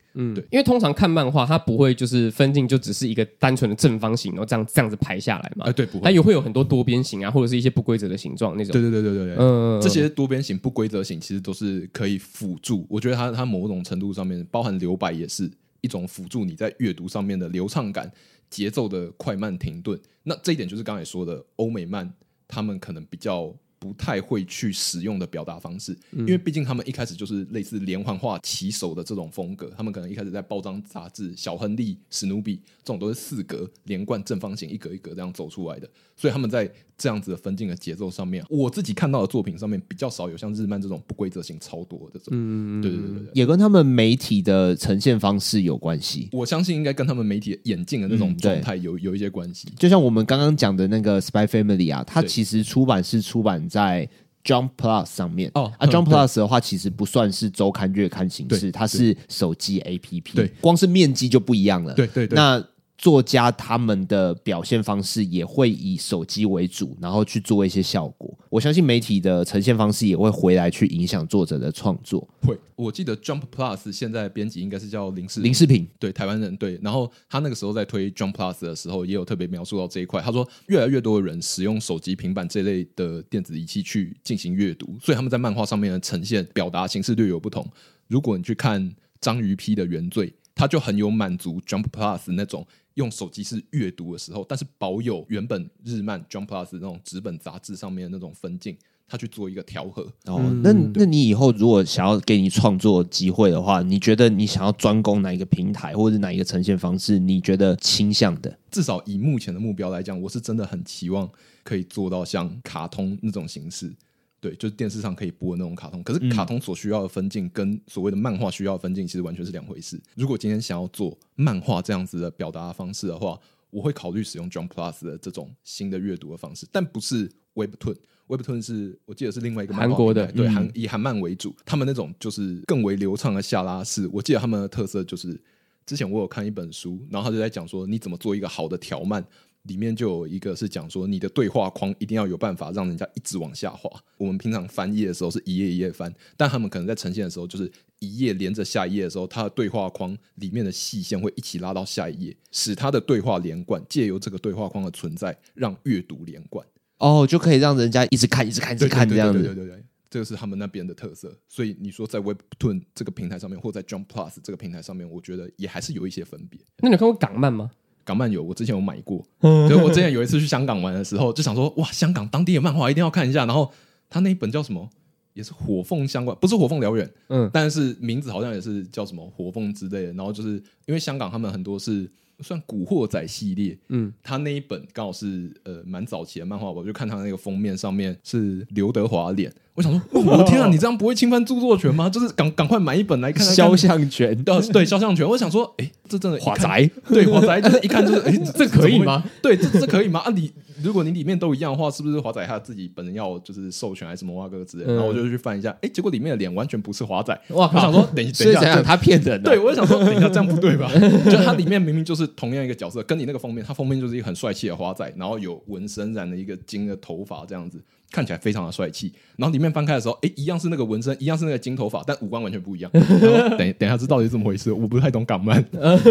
Speaker 2: 因为通常看漫画，它不会就是分镜就只是一个单纯的正方形，然后这样这样子排下来嘛。
Speaker 3: 哎、对，不
Speaker 2: 它
Speaker 3: 会，
Speaker 2: 也会有很多多边形啊，或者是一些不规则的形状那种。
Speaker 3: 对对对对对对，
Speaker 2: 嗯，嗯，嗯
Speaker 3: 这些多边形、不规则形其实都是可以辅助。我觉得它它某种程度上面包含留白，也是一种辅助你在阅读上面的流畅感、节奏的快慢停顿。那这一点就是刚才说的欧美漫，他们可能比较。不太会去使用的表达方式，因为毕竟他们一开始就是类似连环画起手的这种风格，他们可能一开始在包装杂志、小亨利、史努比这种都是四格连贯正方形一格一格这样走出来的，所以他们在这样子的分镜的节奏上面，我自己看到的作品上面比较少有像日漫这种不规则性超多的这种。嗯，对对对对对。
Speaker 1: 也跟他们媒体的呈现方式有关系。
Speaker 3: 我相信应该跟他们媒体的眼镜的那种
Speaker 1: 嗯对
Speaker 3: 状态有、有一些关系。
Speaker 1: 就像我们刚刚讲的那个《Spy Family》啊，它
Speaker 3: 对
Speaker 1: 其实出版是出版在 Jump Plus 上面
Speaker 3: 哦
Speaker 1: 啊
Speaker 3: 嗯
Speaker 1: ，Jump Plus 的话其实不算是周刊、月刊形式，
Speaker 3: 对
Speaker 1: 它是手机 APP，
Speaker 3: 对，
Speaker 1: 光是面积就不一样了。
Speaker 3: 对对对
Speaker 1: 那作家他们的表现方式也会以手机为主，然后去做一些效果。我相信媒体的呈现方式也会回来去影响作者的创作。
Speaker 3: 会，我记得 Jump Plus 现在编辑应该是叫林世
Speaker 1: 林世平，
Speaker 3: 对台湾人对，然后他那个时候在推 Jump Plus 的时候，也有特别描述到这一块。他说，越来越多的人使用手机、平板这类的电子仪器去进行阅读，所以他们在漫画上面的呈现表达形式略有不同。如果你去看章鱼批的原罪，它就很有满足 Jump Plus 那种用手机是阅读的时候，但是保有原本日漫 Jump Plus 那种纸本杂志上面的那种分镜，它去做一个调和。
Speaker 1: 哦，那那你以后如果想要给你创作机会的话，你觉得你想要专攻哪一个平台或者是哪一个呈现方式？你觉得倾向的？
Speaker 3: 至少以目前的目标来讲，我是真的很期望可以做到像卡通那种形式，对，就是电视上可以播的那种卡通。可是卡通所需要的分镜跟所谓的漫画需要的分镜其实完全是两回事。如果今天想要做漫画这样子的表达方式的话，我会考虑使用 Jump Plus 的这种新的阅读的方式，但不是 Webtoon。Webtoon 是我记得是另外一个漫画
Speaker 2: 韩国的嗯
Speaker 3: 平台对韩以韩漫为主，他们那种就是更为流畅的下拉式。我记得他们的特色就是之前我有看一本书，然后他就在讲说你怎么做一个好的条漫，里面就有一个是讲说你的对话框一定要有办法让人家一直往下滑。我们平常翻页的时候是一页一页翻，但他们可能在呈现的时候就是一页连着下一页的时候，它的对话框里面的细线会一起拉到下一页，使它的对话连贯，借由这个对话框的存在，让阅读连贯。
Speaker 1: 哦，就可以让人家一直看、一直看、一直看这样
Speaker 3: 对
Speaker 1: 子
Speaker 3: 对。对对对对这个是他们那边的特色。所以你说在 Webtoon 这个平台上面，或在Jump Plus 这个平台上面，我觉得也还是有一些分别。
Speaker 2: 那你有看过港漫 吗？
Speaker 3: 港漫有，我之前有买过。所以我之前有一次去香港玩的时候，就想说，哇，香港当地的漫画一定要看一下。然后他那一本叫什么，也是火凤相关，不是火凤燎原，
Speaker 2: 嗯
Speaker 3: 嗯，但是名字好像也是叫什么火凤之类的。然后就是因为香港他们很多是算古惑仔系列，
Speaker 2: 嗯
Speaker 3: 嗯，他那一本刚好是呃蛮早期的漫画吧，我就看他那个封面上面是刘德华脸，我想说，哦我、天啊，你这样不会侵犯著作权吗？就是赶赶快买一本来看看
Speaker 1: 肖像权
Speaker 3: 呃，对肖像权，我想说，哎，这真的一看
Speaker 1: 华 宅，
Speaker 3: 对华仔就是一看就是，哎，
Speaker 2: 这可以吗
Speaker 3: 怎么会？ 对，这这可以吗？啊，你如果你里面都一样的话，是不是华仔他自己本人要就是授权还是什么哇哥之类的？
Speaker 2: 嗯
Speaker 3: 然后我就去翻一下，哎，结果里面的脸完全不是华仔，
Speaker 1: 哇
Speaker 3: 我
Speaker 1: 靠
Speaker 3: 想 说，等一
Speaker 1: 所以
Speaker 3: 等一
Speaker 1: 想
Speaker 3: 下
Speaker 1: 想，他骗人啊
Speaker 3: 这
Speaker 1: 的，
Speaker 3: 对，我就想说，等一下这样不 对吧？就它里面明明就是同样一个角色，跟你那个封面，它封面就是一个很帅气的华仔，然后有纹身，染了一个金的头发，这样子看起来非常的帅气。然后里面翻开的时候，哎，一样是那个纹身，一样是那个金头发，但五官完全不一样。然后等等一下，这到底是怎么回事？我不太懂 港漫，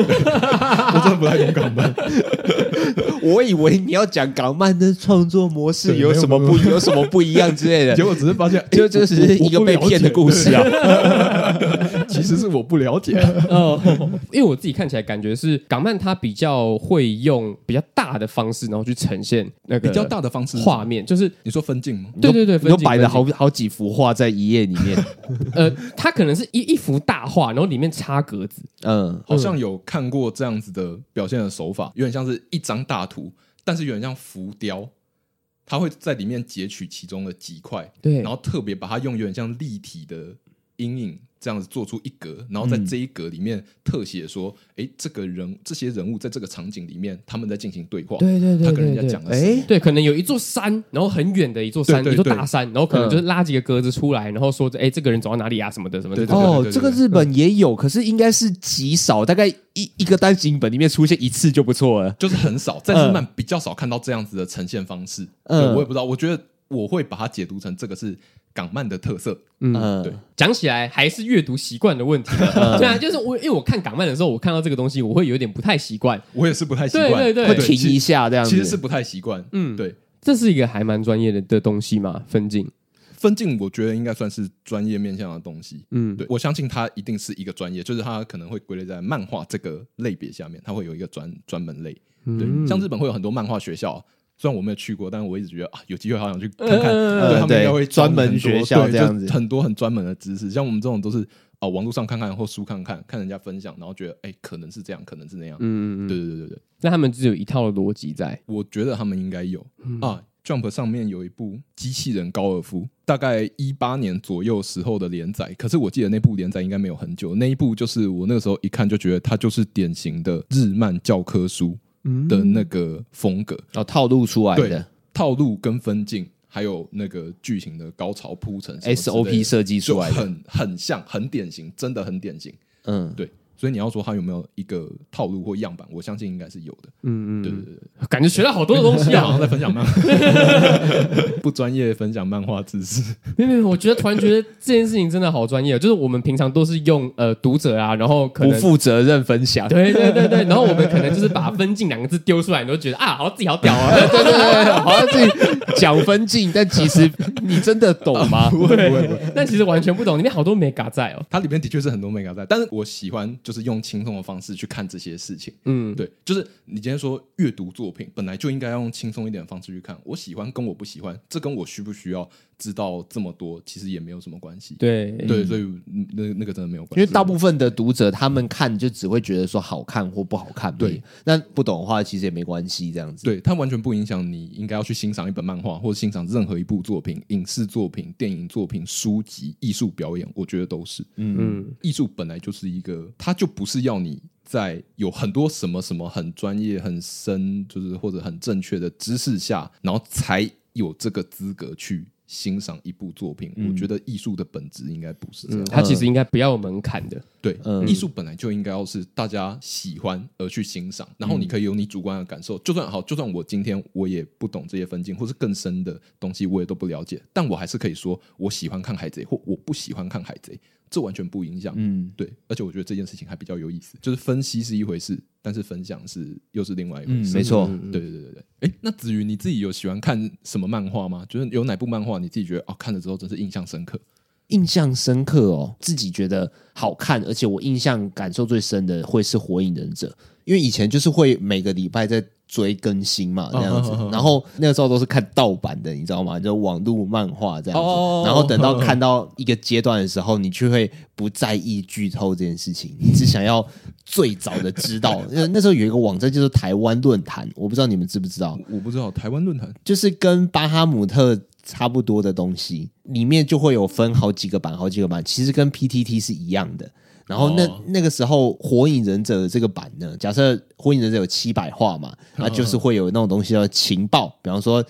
Speaker 3: 我真的不太懂港漫。
Speaker 1: 我以为你要讲港漫的创作模式有什么不有什么不一样之类的
Speaker 3: 结，果只是发现，诶
Speaker 1: 就这只是一个被骗的故事。啊。
Speaker 3: 我我不了解对其实是我不了解，啊
Speaker 2: 哦，因为我自己看起来感觉是港漫，它比较会用比较大的方式，然后去呈现那个
Speaker 3: 比较大的方式是什么
Speaker 2: 画面，就是
Speaker 3: 你说分镜吗？
Speaker 2: 对对对，
Speaker 1: 你都
Speaker 2: 分镜
Speaker 1: 摆了好
Speaker 2: 分
Speaker 1: 好几幅画在一页里面，
Speaker 2: 镜呃，它可能是一一幅大画，然后里面插格子，
Speaker 1: 嗯，
Speaker 3: 好像有看过这样子的表现的手法，有点像是一张大图，但是有点像浮雕，它会在里面截取其中的几块，
Speaker 2: 对
Speaker 3: 然后特别把它用有点像立体的阴影这样子做出一格，然后
Speaker 2: 嗯
Speaker 3: 在这一格里面特写说，哎、这个人这些人物在这个场景里面他们在进行对话，
Speaker 2: 对对对
Speaker 3: 他跟
Speaker 2: 对
Speaker 3: 人家
Speaker 2: 对
Speaker 3: 讲的什么
Speaker 2: 对，可能有一座山，然后很远的一座山，
Speaker 3: 对对
Speaker 2: 一座
Speaker 3: 对
Speaker 2: 大山，然后可能就是拉几个格子出来，然后说着，哎，这个人走到哪里啊，什么的，什么的
Speaker 3: 对。对对
Speaker 1: 哦，这个日本也有，可是应该是极少，大概一一个单行本里面出现一次就不错了。
Speaker 3: 就是很少，在
Speaker 2: 嗯
Speaker 3: 日漫比较少看到这样子的呈现方式。
Speaker 1: 嗯
Speaker 3: 对我也不知道，我觉得我会把它解读成这个是港漫的特色。
Speaker 1: 嗯，
Speaker 3: 对，
Speaker 2: 讲起来还是阅读习惯的问题了， 对啊，就是我因为我看港漫的时候，我看到这个东西，我会有点不太习惯，
Speaker 3: 我也是不太习惯，
Speaker 2: 对对对
Speaker 1: 会
Speaker 2: 对
Speaker 1: 停一
Speaker 3: 其实
Speaker 1: 下这样子，
Speaker 3: 其实是不太习惯。
Speaker 2: 嗯
Speaker 3: 嗯，对，
Speaker 2: 这是一个还蛮专业的的东西嘛，分镜，
Speaker 3: 分镜我觉得应该算是专业面向的东西。
Speaker 2: 嗯，
Speaker 3: 对，我相信它一定是一个专业，就是它可能会归类在漫画这个类别下面，它会有一个专专门类。
Speaker 1: 嗯
Speaker 3: 对，像日本会有很多漫画学校，虽然我没有去过，但是我一直觉得啊，有机会好想去看看。
Speaker 2: 嗯
Speaker 3: 对，他们
Speaker 1: 对
Speaker 3: 应该会
Speaker 1: 专门
Speaker 3: 教你很
Speaker 1: 学
Speaker 3: 多
Speaker 1: 校
Speaker 3: 对
Speaker 1: 这样子
Speaker 3: 就很多很专门的知识。像我们这种都是啊、网络上看看或书看看，看人家分享，然后觉得哎、可能是这样，可能是那样。
Speaker 2: 嗯嗯嗯，
Speaker 3: 对对对对对，
Speaker 2: 那他们只有一套的逻辑在，
Speaker 3: 我觉得他们应该有、
Speaker 2: 嗯
Speaker 3: 啊。Jump 上面有一部《机器人高尔夫》，大概一八年左右时候的连载，可是我记得那部连载应该没有很久。那一部就是我那个时候一看就觉得它就是典型的日漫教科书
Speaker 2: 嗯
Speaker 3: 的那个风格。
Speaker 1: 哦套路出来
Speaker 3: 对
Speaker 1: 的
Speaker 3: 套路跟分镜，还有那个剧情的高潮铺陈什么之类的
Speaker 1: SOP 设计出来
Speaker 3: 就
Speaker 1: 的，
Speaker 3: 很很像，很典型，真的很典型。
Speaker 1: 嗯，
Speaker 3: 对，所以你要说它有没有一个套路或样板，我相信应该是有的。
Speaker 2: 嗯嗯，
Speaker 3: 对对对对，
Speaker 2: 感觉学到好多的 东西
Speaker 3: 好
Speaker 2: 啊
Speaker 3: 像！在分享漫画， 不专业分享漫画知识。
Speaker 2: 没有没有，我觉得突然觉得这件事情真的好专业哦，就是我们平常都是用呃读者啊，然后可
Speaker 1: 不
Speaker 2: 能
Speaker 1: 负责任分享，
Speaker 2: 对对对对，然后我们可能就是把“分镜”两个字丢出来，你都觉得啊，好自己好屌啊！
Speaker 1: 对对对，好像自己 讲分镜，但其实你真的懂吗？
Speaker 3: 不会不会不会，
Speaker 2: 但其实完全不懂，里面好多美嘎在哦。
Speaker 3: 它里面的确是很多 mega 在，但是我喜欢就是用轻松的方式去看这些事情。
Speaker 2: 嗯，
Speaker 3: 对，就是你今天说阅读作品，本来就应该要用轻松一点的方式去看。我喜欢跟我不喜欢，这跟我需不需要知道这么多，其实也没有什么关系。
Speaker 2: 对
Speaker 3: 对，所以嗯那那个真的没有关
Speaker 1: 因
Speaker 3: 系。
Speaker 1: 为大部分的读者他们看就只会觉得说好看或不好看而已，
Speaker 3: 对
Speaker 1: 那不懂的话其实也没关系，这样子。
Speaker 3: 对它完全不影响你应该要去欣赏一本漫画，或者欣赏任何一部作品、影视作品、电影作品、书籍、艺术表演，我觉得都是。
Speaker 2: 嗯，
Speaker 3: 艺术本来就是一个，它就不是要你在有很多什么什么很专业、很深，就是或者很正确的知识下，然后才有这个资格去欣赏一部作品。我觉得艺术的本质应该不是这样。
Speaker 2: 嗯，它其实应该不要有门槛的。
Speaker 3: 对，
Speaker 1: 嗯
Speaker 3: 艺术本来就应该要是大家喜欢而去欣赏，
Speaker 1: 嗯
Speaker 3: 然后你可以有你主观的感受。就算好，就算我今天我也不懂这些分镜，或是更深的东西，我也都不了解，但我还是可以说我喜欢看海贼，或我不喜欢看海贼，这完全不影响。
Speaker 1: 嗯，
Speaker 3: 对，而且我觉得这件事情还比较有意思，就是分析是一回事，但是分享是又是另外一回
Speaker 1: 嗯
Speaker 3: 事。
Speaker 1: 没错
Speaker 3: 对对对对对。哎，那子瑜你自己有喜欢看什么漫画吗？就是有哪部漫画你自己觉得哦，看了之后真是印象深刻？
Speaker 1: 印象深刻哦，自己觉得好看，而且我印象感受最深的会是《火影忍者》，因为以前就是会每个礼拜在追更新嘛，这样子，
Speaker 3: 哦哦哦哦
Speaker 1: 然后那个时候都是看盗版的，你知道吗？就网络漫画这样子，
Speaker 3: 哦哦哦哦
Speaker 1: 然后等到看到一个阶段的时候，你就会不在意剧透这件事情，你只想要最早的知道。因为那时候有一个网站就是台湾论坛，我不知道你们知不知道，
Speaker 3: 我不知道台湾 论坛
Speaker 1: 就是跟巴哈姆特差不多的东西，里面就会有分好几个版，好几个版，其实跟 PTT 是一样的。然后那、
Speaker 3: 哦
Speaker 1: 那个时候，《火影忍者》的这个版呢，假设《火影忍者》有七百话嘛，那就是会有那种东西叫情报，比方
Speaker 3: 哦
Speaker 1: 说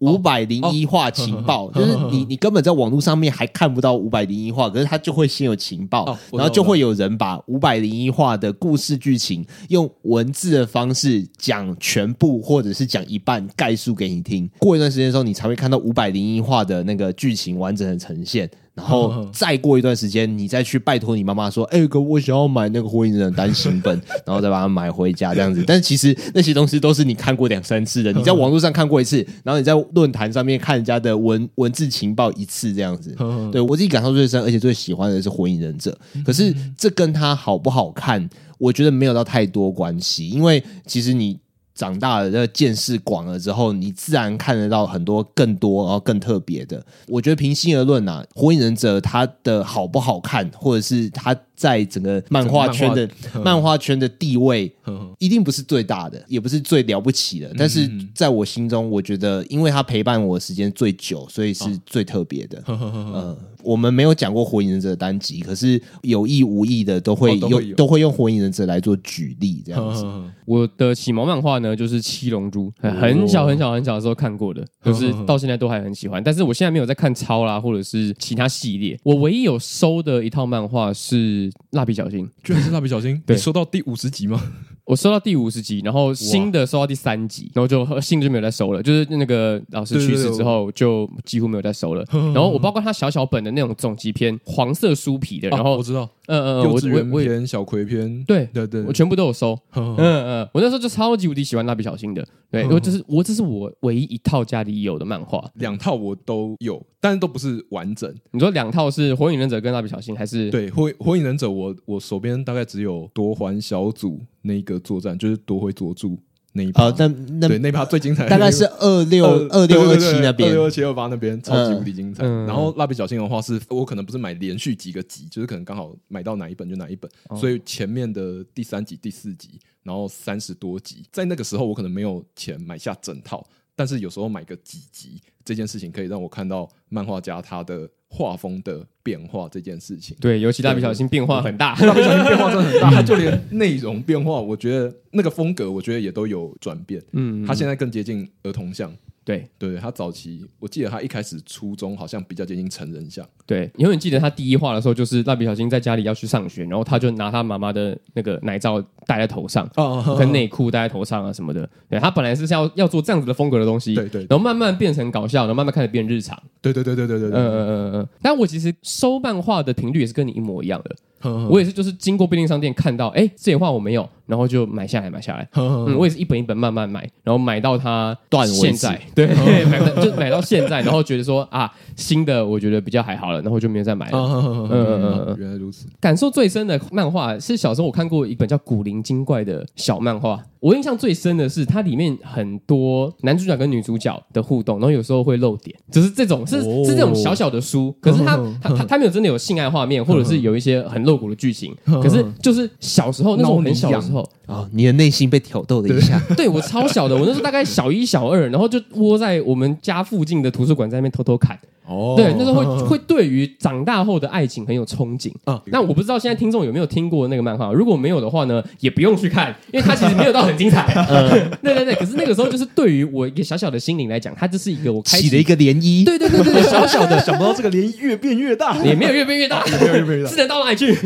Speaker 1: 五百零一话情报，就是你你根本在网络上面还看不到五百零一话，可是它就会先有情报，
Speaker 3: 哦我懂
Speaker 1: 然后就会有人把五百零一话的故事剧情用文字的方式讲全部，或者是讲一半概述给你听。过一段时间的时候，你才会看到五百零一话的那个剧情完整的呈现。然后再过一段时间，你再去拜托你妈妈说：“哎、哥，我想要买那个《火影忍者》单行本，然后再把它买回家这样子。”但其实那些东西都是你看过两三次的，你在网络上看过一次，然后你在论坛上面看人家的文文字情报一次这样子。对我自己感受最深，而且最喜欢的是《火影忍者》，可是这跟它好不好看，我觉得没有到太多关系，因为其实你。长大了，这个见识广了之后，你自然看得到很多更多，然后更特别的。我觉得平心而论啊，《火影忍者》它的好不好看，或者是它在整个漫画圈的漫画圈的地位，一定不是最大的，也不是最了不起
Speaker 3: 嗯
Speaker 1: 的。但是在我心中，我觉得因为它陪伴我的时间最久，所以
Speaker 3: 哦
Speaker 1: 是最特别的。嗯，我们没有讲过《火影忍者》的单集，可是有意无意的都会
Speaker 3: 哦都
Speaker 1: 用、
Speaker 3: 会有嗯
Speaker 1: 都会用《火影忍者》来做举例，这样子。
Speaker 2: 我的启蒙漫画呢，就是《七龙珠》，很小很小很小的时候看过的，就是到现在都还很喜欢。但是我现在没有在看超啦，或者是其他系列。我唯一有收的一套漫画是《蜡笔小新》，
Speaker 3: 居然是蜡笔小新，
Speaker 2: 对
Speaker 3: 你收到第五十集吗？
Speaker 2: 我收到第五十集，然后新的收到第三集，然后就新的就没有再收了。就是那个老师去世之后，就几乎没有再 收了。然后我包括他小小本的那种总集篇，黄色书皮的，然
Speaker 3: 啊
Speaker 2: 后
Speaker 3: 我知道
Speaker 2: 嗯嗯，嗯
Speaker 3: 幼
Speaker 2: 我
Speaker 3: 稚园
Speaker 2: 我我也
Speaker 3: 篇、小葵篇，
Speaker 2: 对
Speaker 3: 对对，
Speaker 2: 我全部都有收。
Speaker 3: 嗯
Speaker 2: 嗯嗯，我那时候就超级无敌喜欢蜡笔小新的，对，我这是我这是我唯一一套家里有的漫画。
Speaker 3: 两套我都有，但是都不是完整。
Speaker 2: 你说两套是火影忍者跟蜡笔小新，还是？
Speaker 3: 对，火火影忍者我，我手边大概只有夺还小组那一个作战，就是夺回佐助那一趴。
Speaker 1: 啊，那那
Speaker 3: 对，那一趴最精彩的那
Speaker 1: 大
Speaker 3: 个，
Speaker 1: 概是二六
Speaker 3: 呃
Speaker 1: 二六二七那边
Speaker 3: 二。六二七二八那边超级
Speaker 1: 嗯
Speaker 3: 无敌精彩。
Speaker 2: 嗯
Speaker 3: 然后蜡笔小新的话是，我可能不是买连续几个集，就是可能刚好买到哪一本就哪一本，
Speaker 1: 哦
Speaker 3: 所以前面的第三集、第四集，然后三十多集，在那个时候我可能没有钱买下整套，但是有时候买个几集，这件事情可以让我看到漫画家他的画风的变化这件事情。
Speaker 2: 对，尤其蜡笔小新变化很大，
Speaker 3: 蜡笔小新变化真的很大，它就连内容变化，我觉得那个风格，我觉得也都有转变。
Speaker 2: 嗯，
Speaker 3: 它现在更接近儿童向，
Speaker 2: 对
Speaker 3: 对他早期，我记得他一开始初中好像比较接近成人像，
Speaker 2: 对，永远记得他第一话的时候，就是蜡笔小新在家里要去上学，然后他就拿他妈妈的那个奶罩戴在头上，
Speaker 3: 哦
Speaker 2: 跟内裤戴在头上啊什么的。对他本来是要要做这样子的风格的东西，
Speaker 3: 对对对
Speaker 2: 然后慢慢变成搞笑，然后慢慢开始变日常。
Speaker 3: 对对对对对对
Speaker 2: 嗯
Speaker 3: 对，
Speaker 2: 嗯嗯嗯嗯。但我其实收漫画的频率也是跟你一模一样的，
Speaker 3: 嗯
Speaker 2: 我也是就是经过便利商店看到，哎，这些画我没有，然后就买下来买下来。嗯，我也是一本一本慢慢买，然后买到它
Speaker 1: 断为止
Speaker 2: 现在，对， 买到就买到现在，然后觉得说啊，新的我觉得比较还好了，然后就没有再买了。
Speaker 3: 嗯
Speaker 2: 嗯嗯
Speaker 3: 原来如此，
Speaker 2: 感受最深的漫画是小时候我看过一本叫《古灵精怪》的小漫画，我印象最深的是它里面很多男主角跟女主角的互动，然后有时候会露点，就是这种是、
Speaker 3: 哦
Speaker 2: 是这种小小的书，可是它它它它没有真的有性爱画面，或者是有一些很露骨的剧情，可是就是小时候那时候我很小的时候，
Speaker 1: 哦，你的内心被挑逗了一 下，
Speaker 2: 对我超小的，我那时候大概小一小二，然后就窝在我们家附近的图书馆在那边偷偷看，
Speaker 3: 哦
Speaker 2: 对，那时候会会对于长大后的爱情很有憧憬。
Speaker 3: 啊
Speaker 2: 那我不知道现在听众有没有听过那个漫画，如果没有的话呢，也不用去看，因为它其实没有到很精彩。
Speaker 1: 嗯
Speaker 2: 对对对，可是那个时候就是对于我一个小小的心灵来讲，它就是一个我开
Speaker 1: 起
Speaker 2: 启
Speaker 1: 了一个涟漪。
Speaker 2: 对对对对对小小的，
Speaker 3: 想不到这个涟漪越变越大，
Speaker 2: 也没有越变越大，
Speaker 3: 没有越变越大
Speaker 2: 是能到哪里去？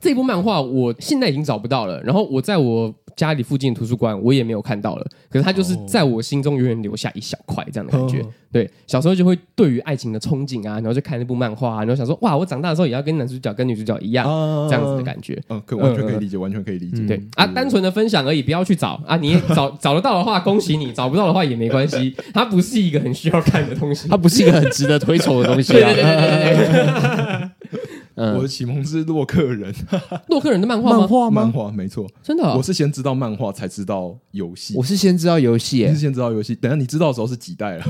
Speaker 2: 这部漫画我现在已经找不到了。然后我在我家里附近的图书馆我也没有看到了，可是它就是在我心中永远留下一小块这样的感觉。
Speaker 3: 哦
Speaker 2: 对，小时候就会对于爱情的憧憬啊，然后就看那部漫画、啊，然后想说哇，我长大的时候也要跟男主角跟女主角一样、
Speaker 3: 啊
Speaker 2: 这样子的感觉。
Speaker 3: 嗯，可完全可以理解，完全可以理解。
Speaker 2: 对啊，单纯的分享而已，不要去找 啊！你也找找得到的话，恭喜你；找不到的话也没关系，它不是一个很需要看的东 西。
Speaker 1: 它不是一个很值得推崇的东西 啊。
Speaker 3: 我
Speaker 1: 嗯，
Speaker 3: 的启蒙是洛克人
Speaker 2: 洛克人的漫画吗
Speaker 1: 漫？画
Speaker 3: 漫
Speaker 1: 吗？
Speaker 3: 画，没错。
Speaker 2: 真的哦、
Speaker 3: 我是先知道漫画，才知道游戏
Speaker 1: 我。是先知道游戏欸
Speaker 3: 你
Speaker 1: 耶
Speaker 3: 是，先知道游戏，等一下你知道的时候是几代了？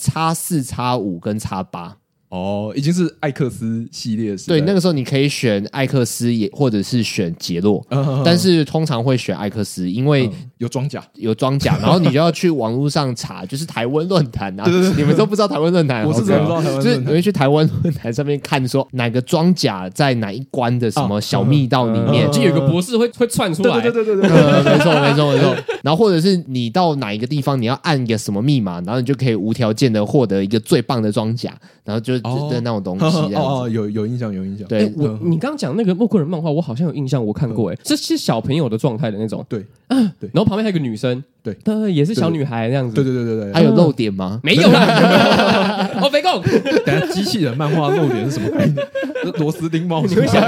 Speaker 1: 叉四、叉五跟叉八。
Speaker 3: 哦，已经是艾克斯系列时代
Speaker 1: 对，那个时候你可以选艾克斯也，或者是选杰洛，但是通常会选艾克斯，因为
Speaker 3: 嗯有装甲，
Speaker 1: 有装 甲，然后你就要去网络上查，就是台湾论坛啊，你们都不知道台湾论坛，
Speaker 3: 我是
Speaker 1: 好屌
Speaker 3: 真的不知道台湾论坛
Speaker 1: 就是你会去台湾论坛上面看说哪个装甲在哪一关的什么小密道里面
Speaker 3: 嗯啊嗯，
Speaker 2: 就有一个博士会会窜出来，
Speaker 3: 对对对
Speaker 1: 呃，没错，没错，没错。然后或者是你到哪一个地方，你要按一个什么密码，然后你就可以无条件的获得一个最棒的装甲，然后就
Speaker 3: 哦
Speaker 1: 就就那种东西啊
Speaker 3: 哦
Speaker 1: 这样
Speaker 3: 哦，
Speaker 1: 子。
Speaker 3: 有有印象，有印象。
Speaker 1: 对
Speaker 2: 欸，我你刚刚讲那个洛克人漫画，我好像有印象，我看过哎、欸，这是小朋友的状态的那种，啊
Speaker 3: 对对
Speaker 2: 然后旁边还有个女生，
Speaker 3: 对
Speaker 2: 呃，也是小女孩那样子，
Speaker 3: 对对对对对
Speaker 1: 还有漏点吗？
Speaker 2: 没有啦，我没空，
Speaker 3: 对，等一下机器人漫画露点是什么概念？是螺丝钉猫，你会想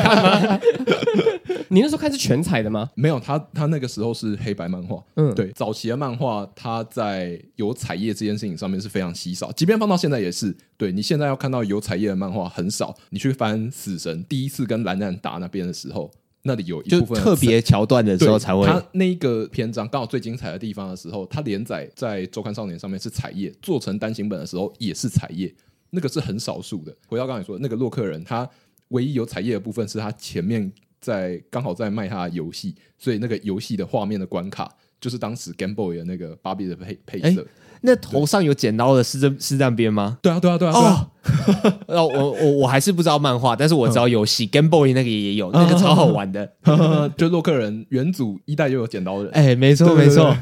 Speaker 2: 你那时候看是全彩的吗？
Speaker 3: 没有？他他那个时候是黑白漫画，
Speaker 2: 嗯
Speaker 3: 嗯，对，早期的漫画，它在有彩页这件事情上面是非常稀少，即便放到现在也是。对你现在要看到有彩页的漫画很少，你去翻《死神》第一次跟蓝蓝打那边的时候，那里有一
Speaker 1: 就
Speaker 3: 部分的
Speaker 1: 特别桥段的
Speaker 3: 对
Speaker 1: 时候才会。
Speaker 3: 他那一个篇章刚好最精彩的地方的时候，它连载在《周刊少年》上面是彩页，做成单行本的时候也是彩页，那个是很少数的。回到刚才说的那个洛克人，他唯一有彩页的部分是他前面在刚好在卖他的游戏，所以那个游戏的画面的关卡就是当时 Game Boy 的那个芭比的配配色。
Speaker 1: 哎那头上有剪刀的是这是这样编吗？
Speaker 3: 对啊，对啊，对啊，对啊
Speaker 1: 哦，哦，我我我还是不知道漫画，但是我知道游
Speaker 3: 嗯
Speaker 1: 戏，Game Boy 那个也有，那个超好玩 的。
Speaker 3: 就洛克人原组一代就有剪刀人，
Speaker 1: 哎，没错没错，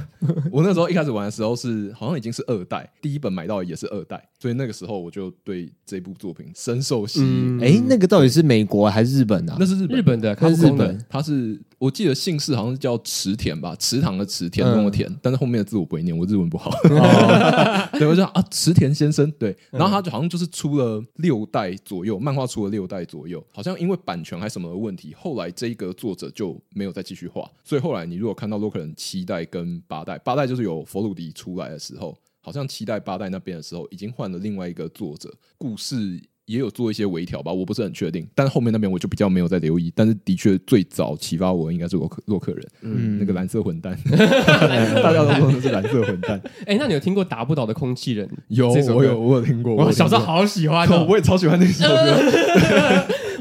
Speaker 3: 我那时候一开始玩的时候是好像已经是二代，第一本买到的也是二代，所以那个时候我就对这部作品深受吸
Speaker 2: 嗯
Speaker 3: 引。
Speaker 1: 哎，那个到底是美国还是日本啊
Speaker 3: 嗯那？是日本，
Speaker 2: 日本的，
Speaker 1: 那
Speaker 2: 看
Speaker 1: 是日本，
Speaker 3: 它是我记得姓氏好像是叫池田吧，池塘的池，
Speaker 1: 嗯
Speaker 3: 田中的田，但是后面的字我不会念，我日文不好。
Speaker 1: 哦
Speaker 3: 对，我就想啊，池田先生，对，然后他就好像就是出了六代左右，漫画出了六代左右，好像因为版权还什么的问题，后来这一个作者就没有再继续画，所以后来你如果看到洛克人七代跟八代，八代就是有佛鲁迪出来的时候，好像七代八代那边的时候已经换了另外一个作者，故事。也有做一些微调吧，我不是很确定，但是后面那边我就比较没有再留意。但是的确，最早启发我应该是洛克洛克人，嗯，那个蓝色混 蛋，大家都说那是蓝色混蛋。
Speaker 2: 哎、那你有听过打不倒的空气人？
Speaker 3: 有，
Speaker 2: 这首歌
Speaker 3: 我有，我有听过。我有
Speaker 2: 我
Speaker 3: 听
Speaker 2: 小时候
Speaker 3: 过，
Speaker 2: 好喜欢
Speaker 3: 可
Speaker 2: 哦，
Speaker 3: 我也超喜欢那首 歌。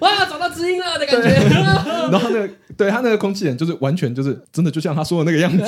Speaker 2: 哇，找到知音了的感觉，
Speaker 3: 然后那个，对他那个空气人，就是完全就是真的，就像他说的那个样 子。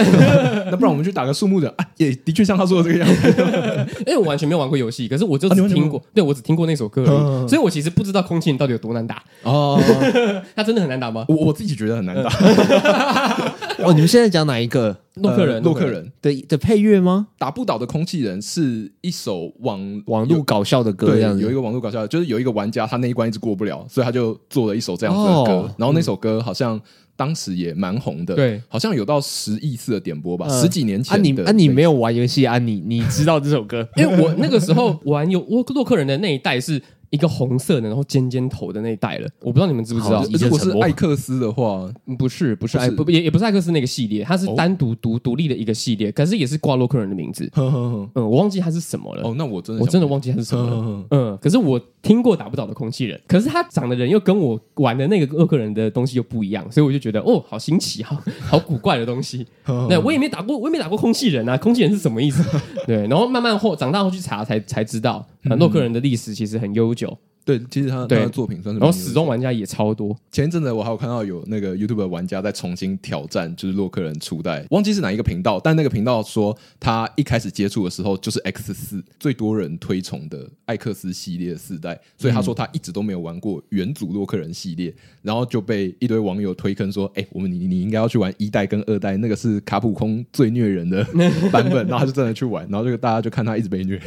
Speaker 3: 那不然我们去打个树木人啊，也的确像他说的这个样子。
Speaker 2: 因为我完全没有玩过游戏，可是我就
Speaker 3: 啊你
Speaker 2: 只
Speaker 3: 完全
Speaker 2: 听过，对我只听过那首歌而
Speaker 3: 嗯
Speaker 2: 已，所以我其实不知道空气人到底有多难打，
Speaker 3: 哦，
Speaker 2: 它真的很难打吗？
Speaker 3: 我我自己觉得很难打。
Speaker 1: 哦，你们现在讲哪一个
Speaker 2: 洛克人，
Speaker 3: 呃 洛克人
Speaker 1: 的的配乐吗？
Speaker 3: 打不倒的空气人是一首网
Speaker 1: 网络搞笑的歌
Speaker 3: 对
Speaker 1: 这样子啊
Speaker 3: 有一。个网络搞笑的，就是有一个玩家他那一关一直过不了，所以他就做了一首这样子的歌。
Speaker 1: 哦
Speaker 3: 然后那首歌好像当时也蛮红的，
Speaker 2: 对，
Speaker 3: 好像有到十亿次的点播吧，
Speaker 1: 嗯
Speaker 3: 十几年前
Speaker 1: 啊你
Speaker 3: 的
Speaker 1: 啊你
Speaker 3: 那
Speaker 1: 没有玩游戏啊你你知道这首 歌
Speaker 2: 因为我那个时候玩有洛洛克人的那一代是一个红色的，然后尖尖头的那一代了。我不知道你们知不知道
Speaker 1: 好？一
Speaker 3: 如
Speaker 1: 键
Speaker 3: 果是
Speaker 1: 沉默
Speaker 3: 艾克斯的话，
Speaker 2: 嗯不是，不是
Speaker 3: 不
Speaker 2: 艾
Speaker 3: 是
Speaker 2: 不不也也不是艾克斯那个系列，它是
Speaker 3: 哦
Speaker 2: 单独独独立的一个系列，可是也是挂洛克人的名字。
Speaker 3: 呵呵呵，
Speaker 2: 嗯，我忘记它是什么了
Speaker 3: 哦，，那我真的
Speaker 2: 我
Speaker 3: 想
Speaker 2: 真的忘记它是什么
Speaker 3: 呵
Speaker 2: 了。
Speaker 3: 呵呵
Speaker 2: 嗯，可是我听过打不倒的空气人，可是他长的人又跟我玩的那个洛克人的东西又不一样，所以我就觉得哦，好新奇，好好古怪的 东西。对，我也没打过，我也没打过空气人啊，空气人是什么意思？对，然后慢慢后长大后去查才才知道，呃洛克人的历史其实很悠久，
Speaker 3: 对，其实他他
Speaker 2: 对
Speaker 3: 的作品算是
Speaker 2: 然后
Speaker 3: 蛮有
Speaker 2: 始终玩家也超 多。
Speaker 1: 啊
Speaker 3: 前一阵子我还有看到有那个 YouTube 玩家在重新挑战，就是洛克人初代，忘记是哪一个频道，但那个频道说他一开始接触的时候就是 X 四最多人推崇的艾克斯系列四代，所以他说他一直都没有玩过原祖洛克人系列，然后就被一堆网友推坑说：“哎、我们你你应该要去玩一代跟二代，那个是卡普空最虐人的版本。”然后他就真的去玩，然后就大家就看他一直被虐。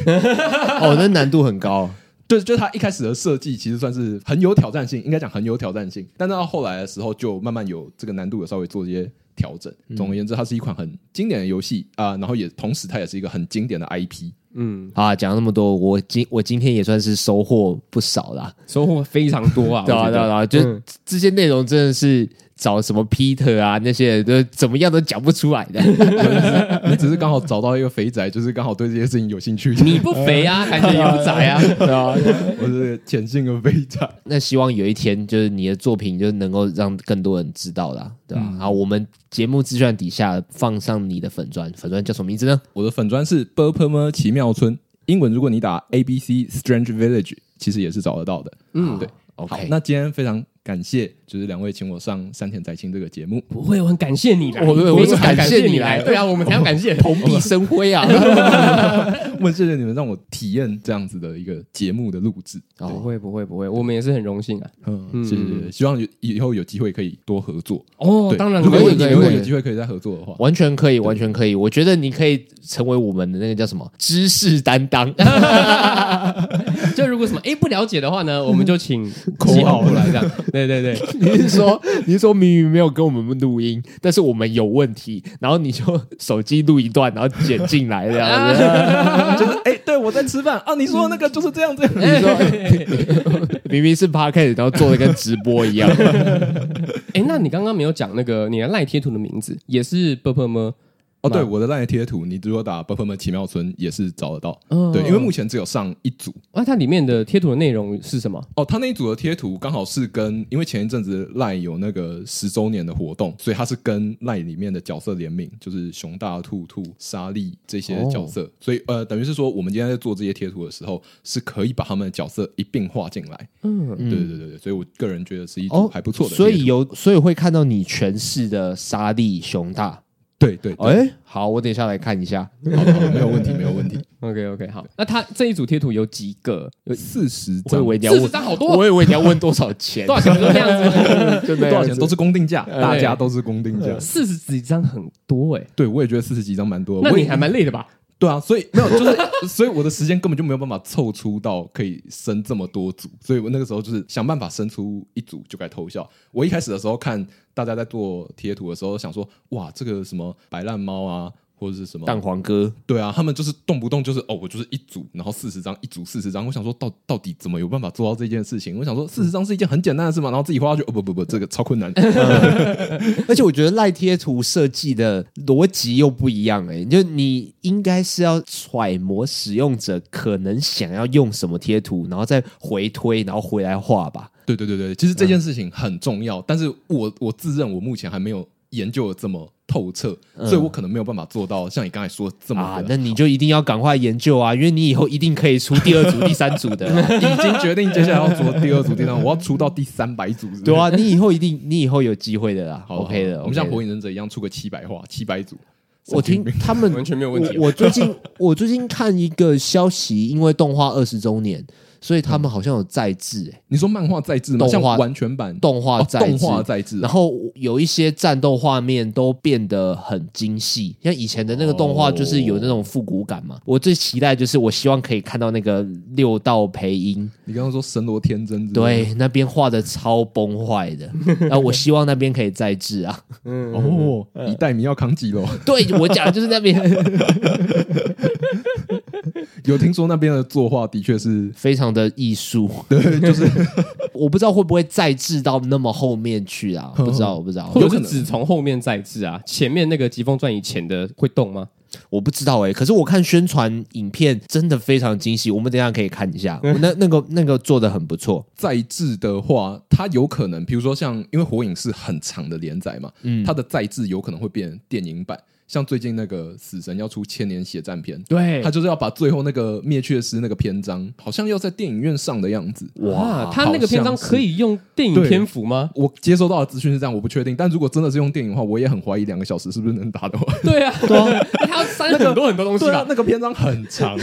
Speaker 1: 哦，那难度很高。
Speaker 3: 对，就是他一开始的设计其实算是很有挑战性，应该讲很有挑战性，但到后来的时候就慢慢有这个难度有稍微做一些调整。总而言之，它是一款很经典的游戏啊、然后也同时它也是一个很经典的 IP。
Speaker 2: 嗯，
Speaker 1: 好啊，讲那么多，我今我今天也算是收获不少啦。
Speaker 2: 收获非常多啊，
Speaker 1: 对啊，
Speaker 2: 我觉
Speaker 1: 对
Speaker 2: 得
Speaker 1: 啊，对啊就、
Speaker 2: 嗯
Speaker 1: 这些内容真的是找什么 Peter 啊那些人都怎么样都讲不出来的。
Speaker 3: 你只是刚好找到一个肥宅，就是刚好对这些事情有兴趣。
Speaker 2: 你不肥 啊，感觉也不宅啊，对啊，
Speaker 3: 我是潜性的肥宅。
Speaker 1: 那希望有一天就是你的作品就能够让更多人知道啦，对吧、好，我们节目资讯底下放上你的粉砖，粉砖叫什么名字呢？
Speaker 3: 我的粉砖是 b u r p e m e r 奇妙村，英文如果你打 A B C Strange Village，其实也是找得到的。嗯，对。
Speaker 1: OK
Speaker 3: 好，那今天非常感谢，就是两位请我上山田宅青这个节目。
Speaker 2: 不会，我很感谢你来，
Speaker 1: 我我
Speaker 2: 非
Speaker 1: 是
Speaker 2: 常
Speaker 1: 感
Speaker 2: 感
Speaker 1: 谢你
Speaker 2: 你
Speaker 1: 来
Speaker 2: 对啊，我们才要感谢，
Speaker 1: 蓬荜生辉 啊！
Speaker 3: 我很谢谢你们让我体验这样子的一个节目的录制。
Speaker 2: 哦不会不会不会，我们也是很荣幸啊。
Speaker 3: 嗯，谢谢，希望有以后有机会可以多合作。
Speaker 2: 哦
Speaker 3: 对
Speaker 2: 当然
Speaker 3: 如果
Speaker 1: 可
Speaker 3: 有
Speaker 1: 以可以
Speaker 3: 如果
Speaker 1: 可以
Speaker 3: 有机会可以再合作的话，
Speaker 1: 完全可以，完全可以。我觉得你可以成为我们的那个叫什么知识担当，
Speaker 2: 就如果什么哎不了解的话 呢，我们就请七号过来这 样。对对对，
Speaker 1: 你是说，你是说明明没有跟我们录音，但是我们有问题，然后你就手机录一段，然后剪进来 这样子。
Speaker 3: 就是哎，对我在吃饭啊，你说那个就是这样这
Speaker 2: 嗯
Speaker 3: 样。
Speaker 1: 你
Speaker 2: 哎
Speaker 1: 说明明是 podcast，然后做的跟直播一 样。
Speaker 2: 哎，那你刚刚没有讲那个你的赖贴图的名字，也是 p u r p l e 吗？
Speaker 3: 哦，对，我的烂贴图，你如果打 b u r p e m e r 奇妙村也是找得到。
Speaker 2: 嗯
Speaker 3: 对，因为目前只有上一组，
Speaker 2: 啊，它里面的贴图的内容是什么？
Speaker 3: 哦，他那一组的贴图刚好是跟，因为前一阵子赖有那个十周年的活动，所以他是跟赖里面的角色联名，就是熊大、兔兔、沙莉这些角色，
Speaker 1: 哦
Speaker 3: 所以呃，等于是说我们今天在做这些贴图的时候，是可以把他们的角色一并画进来。
Speaker 2: 嗯，
Speaker 3: 对对对对，所以我个人觉得是一组还不错的贴图、
Speaker 1: 哦所以有，所以会看到你诠释的沙粒熊大。
Speaker 3: 对对对，
Speaker 1: 哎、好，我等一下来看一下。
Speaker 3: 好的好哦的没有问题，没有问题。
Speaker 2: OK OK，好，那它这一组贴图有几个？有
Speaker 3: 四十
Speaker 1: 我以
Speaker 3: 张，
Speaker 1: 为你要
Speaker 2: 四十
Speaker 1: 问，
Speaker 2: 张，好多
Speaker 1: 我以为你要问多少钱，
Speaker 2: 多少钱？就这样 子，
Speaker 1: 就那
Speaker 3: 多少
Speaker 1: 样
Speaker 3: 钱
Speaker 1: 子
Speaker 3: 都是公定价，
Speaker 1: 哎
Speaker 3: 大家都是公定价。
Speaker 2: 四十几张很多哎。
Speaker 3: 对，我也觉得四十几张蛮多的。
Speaker 2: 那
Speaker 3: 我
Speaker 2: 你
Speaker 3: 也
Speaker 2: 还蛮累的吧？
Speaker 3: 对啊，所以没有，就是所以我的时间根本就没有办法凑出到可以生这么多组，所以我那个时候就是想办法生出一组就该偷笑。我一开始的时候看大家在做贴图的时候，想说哇，这个什么白烂猫啊，或者是什么
Speaker 1: 蛋黄哥，
Speaker 3: 对啊，他们就是动不动就是哦，我就是一组，然后四十张，一组四十张。我想说到到底怎么有办法做到这件事情？我想说四十张是一件很简单的事嘛，然后自己画下去，哦不不不，这个超困难。
Speaker 1: 而且我觉得赖贴图设计的逻辑又不一样哎、就你应该是要揣摩使用者可能想要用什么贴图，然后再回推，然后回来画吧。
Speaker 3: 对对对对，其实这件
Speaker 1: 嗯
Speaker 3: 事情很重要，但是我我自认我目前还没有研究的这么透彻，所以我可能没有办法做到像你刚才说的这么
Speaker 1: 嗯啊，
Speaker 3: 的
Speaker 1: 那你就一定要赶快研究啊，因为你以后一定可以出第 二组、第三组的啊、
Speaker 3: 已经决定接下来要做第二组、第三组，我要出到第三百组，是不是
Speaker 1: 对，啊，你以后一定，你以后有机会的啦。
Speaker 3: 好
Speaker 1: OK 的，
Speaker 3: 好我们像
Speaker 1: OK 的
Speaker 3: 火影忍者一样出个七百话、七百组。
Speaker 1: 我听他们
Speaker 2: 完全没有问题
Speaker 1: 我我最近我最近看一个消息，因为动画二十周年，所以他们好像有再制、欸，
Speaker 3: 你说漫画再制吗？
Speaker 1: 动
Speaker 3: 像
Speaker 1: 画
Speaker 3: 完全版
Speaker 1: 动画
Speaker 3: 哦
Speaker 1: 再
Speaker 3: 动
Speaker 1: 制
Speaker 3: 画再制
Speaker 1: 然，后有一些战斗画面都变得很精细，像以前的那个动画就是有那种复古感嘛。我最期待就是我希望可以看到那个六道配音，
Speaker 3: 你刚刚说神罗天真之类的，
Speaker 1: 对，那边画的超崩坏的，那我希望那边可以再制啊。
Speaker 3: 哦，一代迷要扛几楼？
Speaker 1: 对我讲的就是那边
Speaker 3: 有听说那边的作画的确是
Speaker 1: 非常的艺术，对，就是我不知道会不会再制到那么后面去啊，不知道，我不知道，
Speaker 2: 或
Speaker 1: 我
Speaker 2: 者是只从后面再制啊？前面那个疾风传以前的会动吗？
Speaker 1: 我不知道哎、可是我看宣传影片真的非常精细，我们等一下可以看一下，我那那个那个做的很不错。
Speaker 3: 再制的话，它有可能，比如说像，因为火影是很长的连载嘛，它的再制有可能会变电影版。像最近那个死神要出千年血战篇，
Speaker 2: 对
Speaker 3: 他就是要把最后那个灭却师那个篇章，好像要在电影院上的样子。
Speaker 2: 哇，他那个篇章
Speaker 3: 好像是
Speaker 2: 可以用电影篇幅吗？
Speaker 3: 我接收到的资讯是这样，我不确定。但如果真的是用电影的话，我也很怀疑两个小时是不是能打得完。
Speaker 2: 对啊， 他要删很多很多东西
Speaker 3: 对啊
Speaker 2: 吧，？
Speaker 3: 那个篇章很长，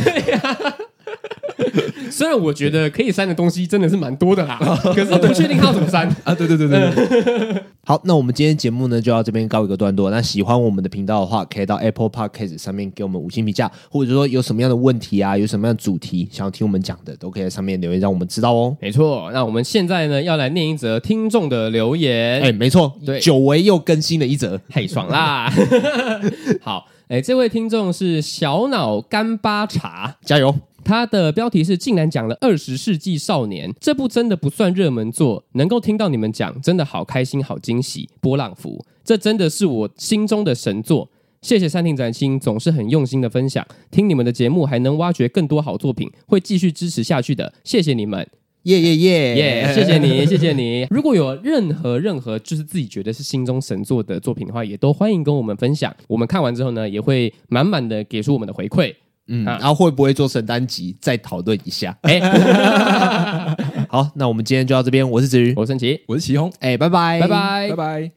Speaker 2: 虽然我觉得可以删的东西真的是蛮多的啦，可是不确定它要怎么删。
Speaker 3: 啊，对对对对对，
Speaker 1: 好，那我们今天节目呢就到这边告一个段落。那喜欢我们的频道的话，可以到 Apple Podcast 上面给我们五星评价，或者说有什么样的问题啊，有什么样的主题想要听我们讲的，都可以在上面留言让我们知道哦。
Speaker 2: 没错，那我们现在呢要来念一则听众的留言，
Speaker 1: 哎，没错，
Speaker 2: 对
Speaker 1: 久违又更新了一则，
Speaker 2: 太爽啦！ 好，哎，这位听众是小脑干巴茶，
Speaker 1: 加油！
Speaker 2: 他的标题是“竟然讲了二十世纪少年”，这部真的不算热门作，能够听到你们讲，真的好开心，好惊喜。波浪符，这真的是我心中的神作。谢谢三庭展星，总是很用心的分享，听你们的节目还能挖掘更多好作品，会继续支持下去的。谢谢你们，
Speaker 1: 耶耶耶
Speaker 2: 耶、谢谢你，谢谢你。 如果有任何任何就是自己觉得是心中神作的作品的话，也都欢迎跟我们分享。我们看完之后呢，也会满满的给出我们的回馈。
Speaker 1: 嗯，然后会不会做成单集，再讨论一下。
Speaker 2: 哎、
Speaker 1: 好，那我们今天就到这边，我是子瑜，
Speaker 2: 我是陈奇，
Speaker 3: 我是祁宏，
Speaker 1: 哎，拜拜，
Speaker 2: 拜拜
Speaker 3: 拜。拜。